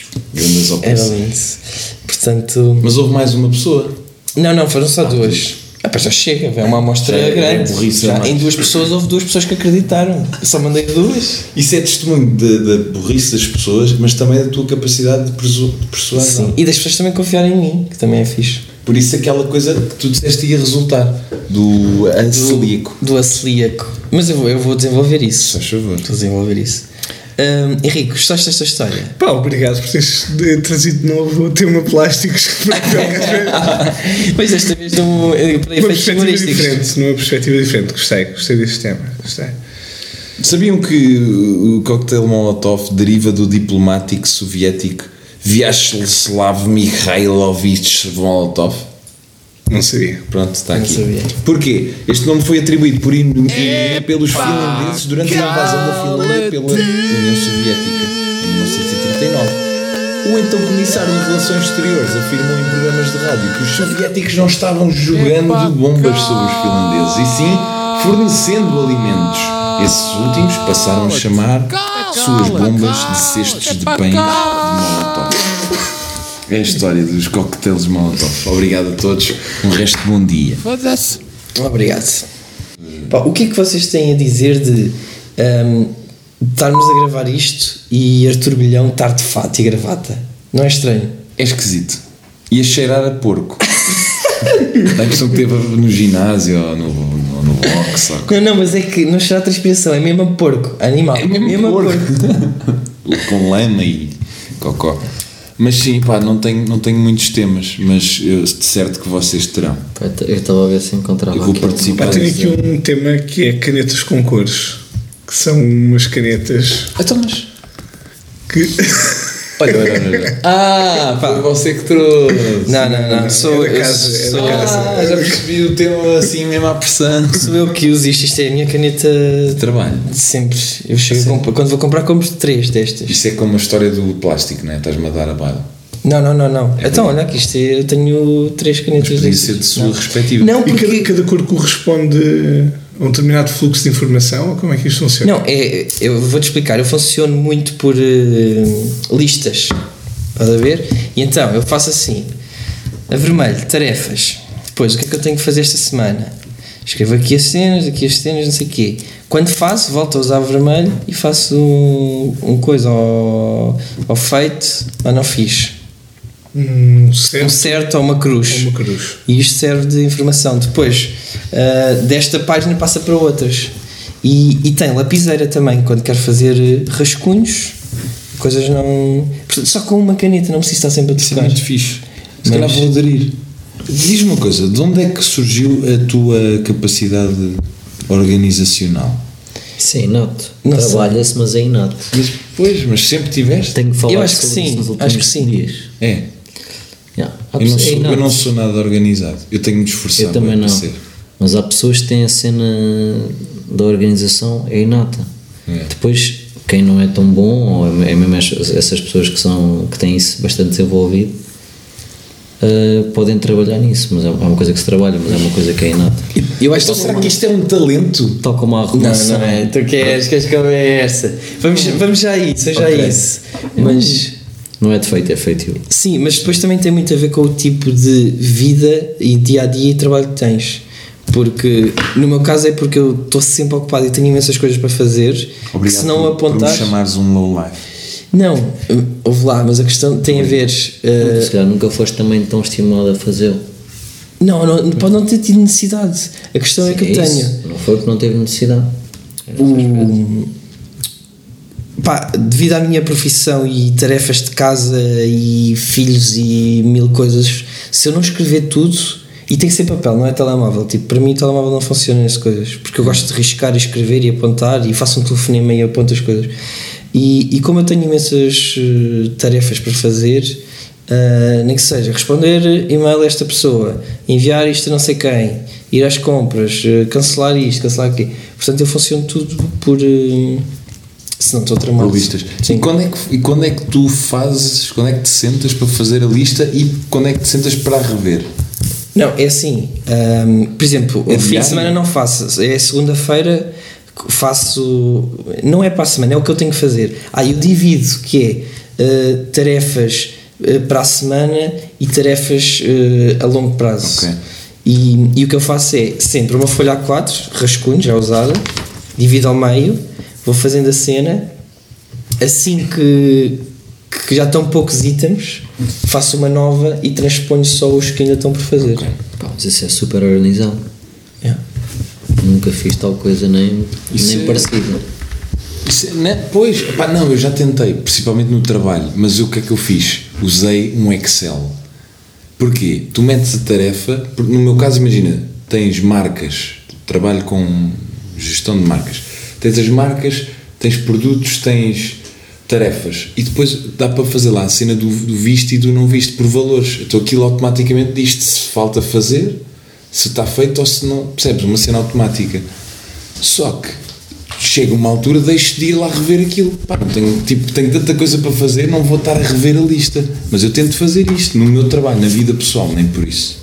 Speaker 7: Era
Speaker 8: operações.
Speaker 7: lindo. Portanto.
Speaker 8: Mas houve mais uma pessoa.
Speaker 7: Não, não, foram só duas. Ah, pá, já chega, é uma amostra
Speaker 8: Já é
Speaker 7: grande.
Speaker 8: burrice a
Speaker 7: já,
Speaker 8: mais.
Speaker 7: em duas pessoas houve duas pessoas que acreditaram. Eu só mandei duas.
Speaker 8: Isso é testemunho da- da burrice das pessoas, mas também é da tua capacidade de persu- de persuasão.
Speaker 7: Sim. E das pessoas também confiarem em mim, que também é fixe.
Speaker 8: Por isso aquela coisa que tu disseste ia resultar do ancelíaco.
Speaker 7: Do acilíaco. Mas eu vou, eu vou desenvolver isso.
Speaker 8: Faz favor.
Speaker 7: Vou desenvolver isso. Ahm, Henrique, gostaste desta história?
Speaker 10: Pá, obrigado por teres eh, trazido de novo o tema plásticos. para o Pelcas.
Speaker 7: Pois desta vez não. Para
Speaker 10: é Uma
Speaker 7: efeitos
Speaker 10: perspectiva é
Speaker 7: humorísticos.
Speaker 10: diferente, numa perspectiva diferente. Gostei, gostei deste tema. Gostei.
Speaker 8: Sabiam que o cocktail Molotov deriva do diplomático soviético Vyacheslav Mikhailovich Molotov?
Speaker 10: Não sabia.
Speaker 8: Pronto, está
Speaker 9: Não
Speaker 8: aqui.
Speaker 9: sabia.
Speaker 8: Porquê? Este nome foi atribuído por ironia pelos finlandeses durante a invasão da Finlândia pela União Soviética em 1939. O então comissário de Relações Exteriores afirmou em programas de rádio que os soviéticos não estavam jogando bombas sobre os finlandeses e sim fornecendo alimentos. Esses últimos passaram a chamar suas bombas de cestos de pães de Molotov. É a história dos coquetéis Molotov. Obrigado a todos. Um resto de bom dia.
Speaker 1: Foda-se.
Speaker 7: Obrigado. Pá, o que é que vocês têm a dizer de ahm, estarmos a gravar isto e Arthur Bilhão estar de fato e gravata? Não é estranho?
Speaker 8: É esquisito. Ia cheirar a porco. a questão que teve no ginásio ou no, ou no box.
Speaker 7: Não,
Speaker 8: Ou...
Speaker 7: não, mas é que não será transpiração, é mesmo a porco, animal. É
Speaker 8: mesmo
Speaker 7: a
Speaker 8: Com lama e cocó. Mas sim, pá, não tenho, não tenho muitos temas, mas eu, de certo que vocês terão.
Speaker 9: Pá, Eu estava a ver se encontrava.
Speaker 8: Eu vou
Speaker 9: aqui.
Speaker 8: participar.
Speaker 10: Pá, tenho aqui um tema que é canetas com cores. Que são umas canetas
Speaker 8: Então, mas.
Speaker 10: que.
Speaker 8: Olha, olha, olha, olha. Ah, pá, foi você que trouxe.
Speaker 7: Não, não, não, sou,
Speaker 10: é da
Speaker 7: eu
Speaker 10: casa, é da
Speaker 7: sou-
Speaker 10: casa.
Speaker 8: Ah, já percebi o tema assim mesmo à pressão.
Speaker 7: sou eu que uso isto, isto é a minha caneta de
Speaker 8: Trabalho.
Speaker 7: sempre. Eu chego a comprar- quando vou comprar, compro três destas.
Speaker 8: Isto é como a história do plástico, né? Estás-me a dar a baila.
Speaker 7: Não, não, não, não. então, olha aqui, isto é- eu tenho três canetas
Speaker 8: Podia
Speaker 7: destas.
Speaker 8: ser de sua
Speaker 7: Não.
Speaker 8: respectiva.
Speaker 7: Não,
Speaker 10: E
Speaker 7: porque
Speaker 10: cada, cada cor corresponde a um determinado fluxo de informação? Ou como é que isto funciona?
Speaker 7: Não, é, eu vou-te explicar. Eu funciono muito por eh, listas. Estás a ver? E então, eu faço assim: a vermelho, tarefas. Depois, o que é que eu tenho que fazer esta semana? Escrevo aqui as cenas, aqui as cenas, não sei o quê. Quando faço, volto a usar o vermelho e faço um, um coisa ao, ao feito ou não fiz.
Speaker 10: Um
Speaker 7: Um
Speaker 10: certo
Speaker 7: certo ou uma cruz.
Speaker 10: ou uma cruz?
Speaker 7: E isto serve de informação. Depois, ah, desta página passa para outras. E, e tem lapiseira também, quando quero fazer eh, rascunhos, coisas não. Portanto, Só com uma caneta, não preciso estar sempre a
Speaker 8: é
Speaker 7: tocar.
Speaker 8: muito fixe. Se calhar
Speaker 7: Mas-
Speaker 8: vou aderir. Diz-me uma coisa, de onde é que surgiu a tua capacidade organizacional?
Speaker 9: Isso é inato.
Speaker 7: Não sei.
Speaker 9: Trabalha-se, mas é inato.
Speaker 8: Mas, pois, mas sempre tiveste?
Speaker 9: Tenho que falar
Speaker 7: Eu acho que
Speaker 9: sobre
Speaker 7: sim,
Speaker 9: isso nos
Speaker 7: acho
Speaker 9: últimos
Speaker 7: que sim.
Speaker 9: dias.
Speaker 8: É.
Speaker 9: Yeah. Há
Speaker 8: Eu não,
Speaker 9: pessoas- é
Speaker 8: sou, eu
Speaker 9: inato.
Speaker 8: não sou nada organizado. Eu tenho de me esforçar
Speaker 9: Eu também
Speaker 8: para
Speaker 9: não.
Speaker 8: ser.
Speaker 9: Mas há pessoas que têm a cena da organização é inata.
Speaker 8: É.
Speaker 9: Depois, quem não é tão bom, ou é mesmo es- essas pessoas que, são, que têm isso bastante desenvolvido, ah, podem trabalhar nisso. Mas é uma é uma coisa que se trabalha, mas é uma coisa que é inata.
Speaker 7: Eu acho
Speaker 8: Então, será que isto é um talento?
Speaker 9: Tal como a
Speaker 7: Não,
Speaker 9: arrumação.
Speaker 7: não é. Tu queres, queres que eu é essa? Vamos, vamos já a isso, já a
Speaker 9: Ok.
Speaker 7: isso. Hum. Mas.
Speaker 9: Não é defeito, é feitio.
Speaker 7: Sim, mas depois também tem muito a ver com o tipo de vida e dia a dia e trabalho que tens. Porque no meu caso é porque eu estou sempre ocupado e tenho imensas coisas para fazer. que se não
Speaker 8: por, por
Speaker 7: apontar.
Speaker 8: me chamares um low life.
Speaker 7: Não, hum, houve lá, mas a questão tem a ver. eh,
Speaker 9: Se calhar nunca foste também tão estimulado a fazê-lo.
Speaker 7: não, não, pode não ter tido necessidade. A questão é que eu
Speaker 9: É isso.
Speaker 7: tenho.
Speaker 9: Não foi porque não teve necessidade.
Speaker 7: Pá, devido à minha profissão e tarefas de casa e filhos e mil coisas, se eu não escrever tudo, e tem que ser papel, não é telemóvel. Tipo, para mim, telemóvel não funciona nessas coisas, porque eu gosto de riscar e escrever e apontar e faço um telefonema e aponto as coisas. E, e como eu tenho imensas eh, tarefas para fazer, ah, nem que seja responder e-mail a esta pessoa, enviar isto a não sei quem, ir às compras, eh, cancelar isto, cancelar aquilo. Portanto, eu funciono tudo por. eh, se não estou tramado.
Speaker 8: Por listas. E
Speaker 7: Sim.
Speaker 8: quando, é que, e quando é que tu fazes, quando é que te sentas para fazer a lista e quando é que te sentas para a rever?
Speaker 7: Não, é assim. hum, por exemplo, o fim
Speaker 8: É diário?
Speaker 7: de semana não faço. É segunda-feira que faço. Não é para a semana, é o que eu tenho que fazer. Ah, eu divido que é uh, tarefas uh, para a semana e tarefas uh, a longo prazo.
Speaker 8: Ok.
Speaker 7: E, e o que eu faço é sempre uma folha A4, rascunho, já usada, divido ao meio, vou fazendo a cena, assim que, que já estão poucos itens, faço uma nova e transponho só os que ainda estão por fazer.
Speaker 9: Pá, mas isso é super organizado.
Speaker 7: Yeah.
Speaker 9: Nunca fiz tal coisa nem,
Speaker 8: Isso
Speaker 9: nem
Speaker 8: é-
Speaker 9: parecida.
Speaker 8: Isso, né? Pois, pá, não, eu já tentei, principalmente no trabalho, mas o que é que eu fiz? Usei um Excel. Porquê? Tu metes a tarefa, porque no meu caso, imagina, tens marcas, trabalho com gestão de marcas, Tens as marcas, tens produtos, tens tarefas e depois dá para fazer lá a cena do, do visto e do não visto por valores. Então aquilo automaticamente diz-te se falta fazer, se está feito ou se não. Percebes? Uma cena automática. Só que chega uma altura, deixo de ir lá rever aquilo. Pá, não tenho, tipo, tenho tanta coisa para fazer, não vou estar a rever a lista. Mas eu tento fazer isto no meu trabalho, na vida pessoal, nem por isso.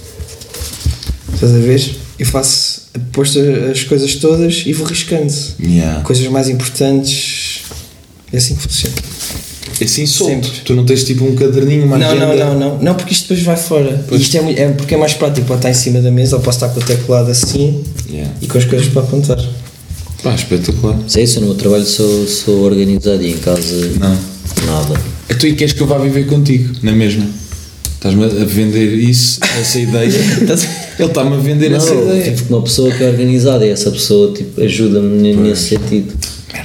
Speaker 7: Estás a ver? Eu faço, posto as coisas todas e vou riscando.
Speaker 8: Yeah.
Speaker 7: Coisas mais importantes. É assim que funciona.
Speaker 8: Assim solto.
Speaker 7: Sempre.
Speaker 8: Tu não tens tipo um caderninho, uma
Speaker 7: Não, não,
Speaker 8: agenda.
Speaker 7: não, não. Não, porque isto depois vai fora.
Speaker 8: Pois.
Speaker 7: Isto é, mui- é porque é mais prático. Pode estar em cima da mesa ou posso estar com o teclado assim
Speaker 8: Yeah.
Speaker 7: e com as coisas para apontar.
Speaker 8: Pá, espetacular.
Speaker 9: Mas é isso, eu no meu trabalho sou, sou organizado e em casa
Speaker 8: Não.
Speaker 9: nada.
Speaker 8: E É tu e queres que eu vá viver contigo, na mesma? Estás-me a vender isso, essa ideia. Ele está-me a vender essa
Speaker 9: Não,
Speaker 8: ideia.
Speaker 9: tipo, uma pessoa que é organizada e essa pessoa tipo, ajuda-me ne- nesse sentido.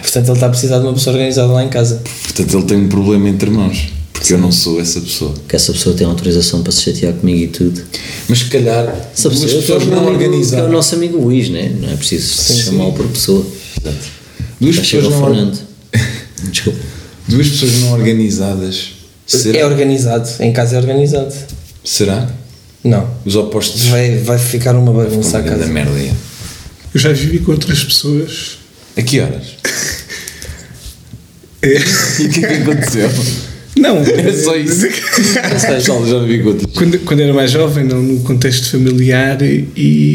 Speaker 7: Portanto, ele está a precisar de uma pessoa organizada lá em casa.
Speaker 8: Portanto, ele tem um problema entre mãos. Porque eu não sou essa pessoa.
Speaker 9: Porque essa pessoa tem autorização para se chatear comigo e tudo.
Speaker 8: Mas se calhar,
Speaker 9: Essa
Speaker 8: duas
Speaker 9: pessoa
Speaker 8: pessoas
Speaker 9: é o meu
Speaker 8: não
Speaker 9: amigo- É o
Speaker 8: organizadas.
Speaker 9: nosso amigo Luís, né? não é preciso se chamá-lo por pessoa.
Speaker 8: Duas
Speaker 9: Já chega
Speaker 8: pessoas,
Speaker 9: o
Speaker 8: não, or-
Speaker 9: Fernando. Desculpa.
Speaker 8: duas pessoas não organizadas.
Speaker 7: É
Speaker 8: Será?
Speaker 7: organizado. Em casa é organizado.
Speaker 8: Será?
Speaker 7: Não.
Speaker 8: Os opostos.
Speaker 7: Vai, vai ficar uma bagunça à
Speaker 8: Uma grande
Speaker 7: casa.
Speaker 8: merda aí.
Speaker 10: Eu já vivi com outras pessoas.
Speaker 8: A que horas?
Speaker 10: É.
Speaker 8: E o que é que aconteceu?
Speaker 10: Não,
Speaker 8: É só isso. Só já vi quantas.
Speaker 10: Quando, quando era mais jovem, não, no contexto familiar, e,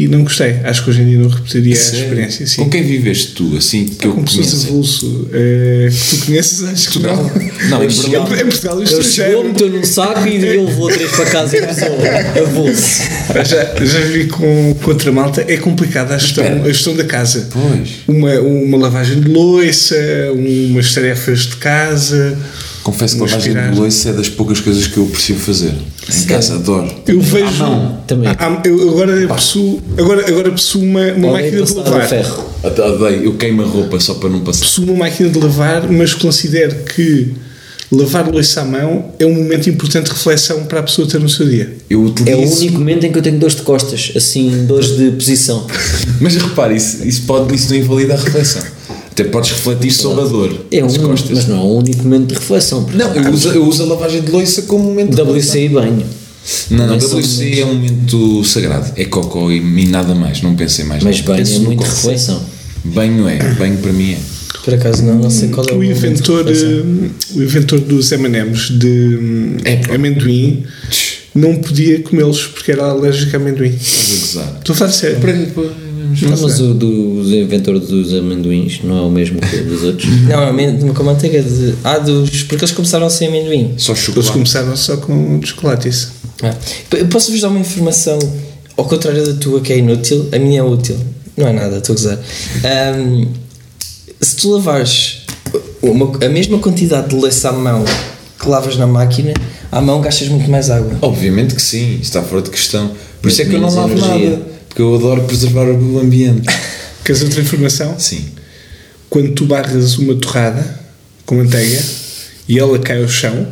Speaker 10: e não gostei. Acho que hoje em dia não repetiria a experiência. Sim.
Speaker 8: Com quem viveste tu, assim, que eu
Speaker 10: Com pessoas
Speaker 8: conheço?
Speaker 10: avulso eh, que tu conheces, acho que não.
Speaker 8: Não, em
Speaker 10: É Portugal,
Speaker 8: Portugal.
Speaker 10: é Portugal e
Speaker 9: Ele chegou,
Speaker 10: estrangeiro.
Speaker 9: meteu num saco e ele levou três para casa e
Speaker 8: É
Speaker 9: pessoa. Avulso.
Speaker 10: Já, já vivi com, com outra malta. É complicada a gestão, a gestão da casa.
Speaker 8: Pois.
Speaker 10: Uma, uma lavagem de louça, umas tarefas de casa.
Speaker 8: Confesso que a
Speaker 10: Vou
Speaker 8: lavagem
Speaker 10: respirar.
Speaker 8: de louça é das poucas coisas que eu aprecio fazer. Em casa, adoro.
Speaker 10: Eu vejo.
Speaker 9: Também.
Speaker 10: Ah, eu agora possuo, agora, agora possuo uma, uma
Speaker 9: Alguém
Speaker 10: máquina de
Speaker 9: passado a
Speaker 10: lavar.
Speaker 9: ferro.
Speaker 8: Odeio, eu queimo a roupa só para não passar.
Speaker 10: possuo uma máquina de lavar, mas considero que lavar louça à mão é um momento importante de reflexão para a pessoa ter no seu dia.
Speaker 8: Eu
Speaker 9: É o
Speaker 8: utilizo.
Speaker 9: único momento em que eu tenho dores de costas, assim, dores de posição.
Speaker 8: Mas repare, isso, isso, pode, isso não invalida a reflexão. Até podes refletir sobre a dor.
Speaker 9: É um,
Speaker 8: das costas.
Speaker 9: mas não é o único momento de reflexão. porque
Speaker 8: Não, eu uso, eu uso a lavagem de louça como um momento. de
Speaker 9: WC e banho.
Speaker 8: Não, não,
Speaker 9: Também são
Speaker 8: WC é um momento sagrado. É cocó e, e nada mais, não pensem mais.
Speaker 9: Mas
Speaker 8: Não,
Speaker 9: banho
Speaker 8: penso
Speaker 9: é
Speaker 8: no
Speaker 9: muito
Speaker 8: cocó.
Speaker 9: reflexão.
Speaker 8: Banho é, banho para mim é.
Speaker 7: Por acaso não, não sei qual é o
Speaker 10: O
Speaker 7: momento de
Speaker 10: inventor,
Speaker 7: reflexão.
Speaker 10: hum, o inventor dos M&M's de hum,
Speaker 8: Epa.
Speaker 10: amendoim não podia comê-los porque era alérgico a amendoim.
Speaker 8: Estás a gozar.
Speaker 10: Estou a falar sério.
Speaker 9: Não, mas o do do inventor dos amendoins não é o mesmo que o dos outros.
Speaker 7: Não, é men- com manteiga de. Ah, dos. Porque eles começaram sem amendoim.
Speaker 8: Só
Speaker 10: Eles
Speaker 8: chocolate.
Speaker 10: começaram só com chocolate isso.
Speaker 7: Ah, p- eu Posso-vos dar uma informação ao contrário da tua que é inútil, a minha é útil. Não é nada, estou a gozar. Ahm, se tu lavares uma- a mesma quantidade de louça à mão que lavas na máquina, à mão gastas muito mais água.
Speaker 8: Obviamente que sim, isso está fora de questão. Por isso é que eu não
Speaker 9: menos
Speaker 8: lavo
Speaker 9: energia.
Speaker 8: nada. Porque eu adoro preservar o ambiente.
Speaker 10: Queres outra informação?
Speaker 8: Sim.
Speaker 10: Quando tu barras uma torrada com manteiga e ela cai ao chão,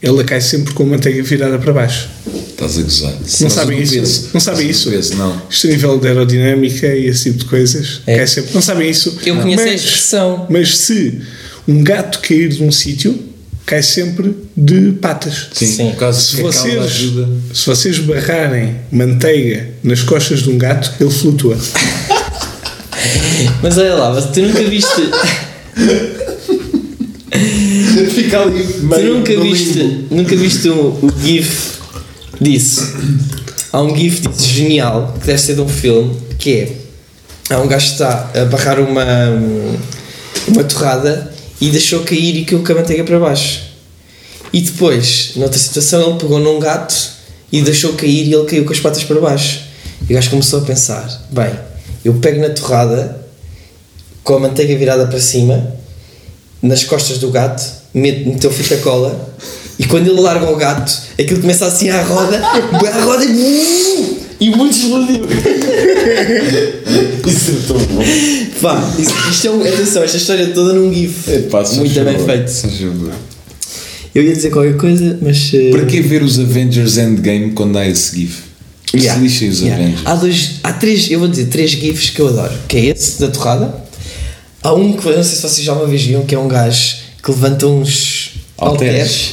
Speaker 10: ela cai sempre com a manteiga virada para baixo.
Speaker 8: Estás a gozar.
Speaker 10: Não sabem isso? Não sabem isso?
Speaker 8: Peso, não.
Speaker 10: Isto a nível de aerodinâmica e esse tipo de coisas.
Speaker 7: É.
Speaker 10: cai sempre- não sabem isso.
Speaker 7: Eu
Speaker 10: Não.
Speaker 7: conheço a
Speaker 10: mas,
Speaker 7: expressão.
Speaker 10: mas se um gato cair de um sítio, cai sempre de patas.
Speaker 8: Sim,
Speaker 7: Sim.
Speaker 8: por causa
Speaker 10: Se
Speaker 8: que a calda
Speaker 10: vocês,
Speaker 8: ajuda.
Speaker 10: se vocês barrarem manteiga nas costas de um gato, ele flutua.
Speaker 7: Mas olha lá, mas tu nunca viste.
Speaker 8: Fica ali
Speaker 7: tu nunca viste. Nunca viste o, o GIF disso. Há um GIF disso genial, que deve ser de um filme, que é. Há um gajo que está a barrar uma. uma torrada e deixou cair e caiu com a manteiga para baixo. E depois, noutra situação, ele pegou num gato e deixou cair e ele caiu com as patas para baixo. E o gajo começou a pensar: bem, eu pego na torrada com a manteiga virada para cima, nas costas do gato, mete- meteu fita cola e quando ele larga o gato, aquilo começa assim à roda, à roda e. E muito explodiu.
Speaker 8: Isso é tão bom.
Speaker 7: Pá, isto, isto é um, atenção, esta história toda num GIF.
Speaker 8: Epá, só
Speaker 7: muito bem
Speaker 8: chegou.
Speaker 7: feito.
Speaker 8: Só chegou.
Speaker 7: Eu ia dizer qualquer coisa, mas. eh,
Speaker 8: Para que ver os Avengers Endgame quando há esse GIF?
Speaker 7: Yeah,
Speaker 8: Se lixem os
Speaker 7: yeah.
Speaker 8: Avengers.
Speaker 7: Há dois, há três, eu vou dizer três GIFs que eu adoro, que é esse da torrada, Há um que não sei se vocês já uma vez viram, que é um gajo que levanta uns
Speaker 8: Halteres.
Speaker 7: halteres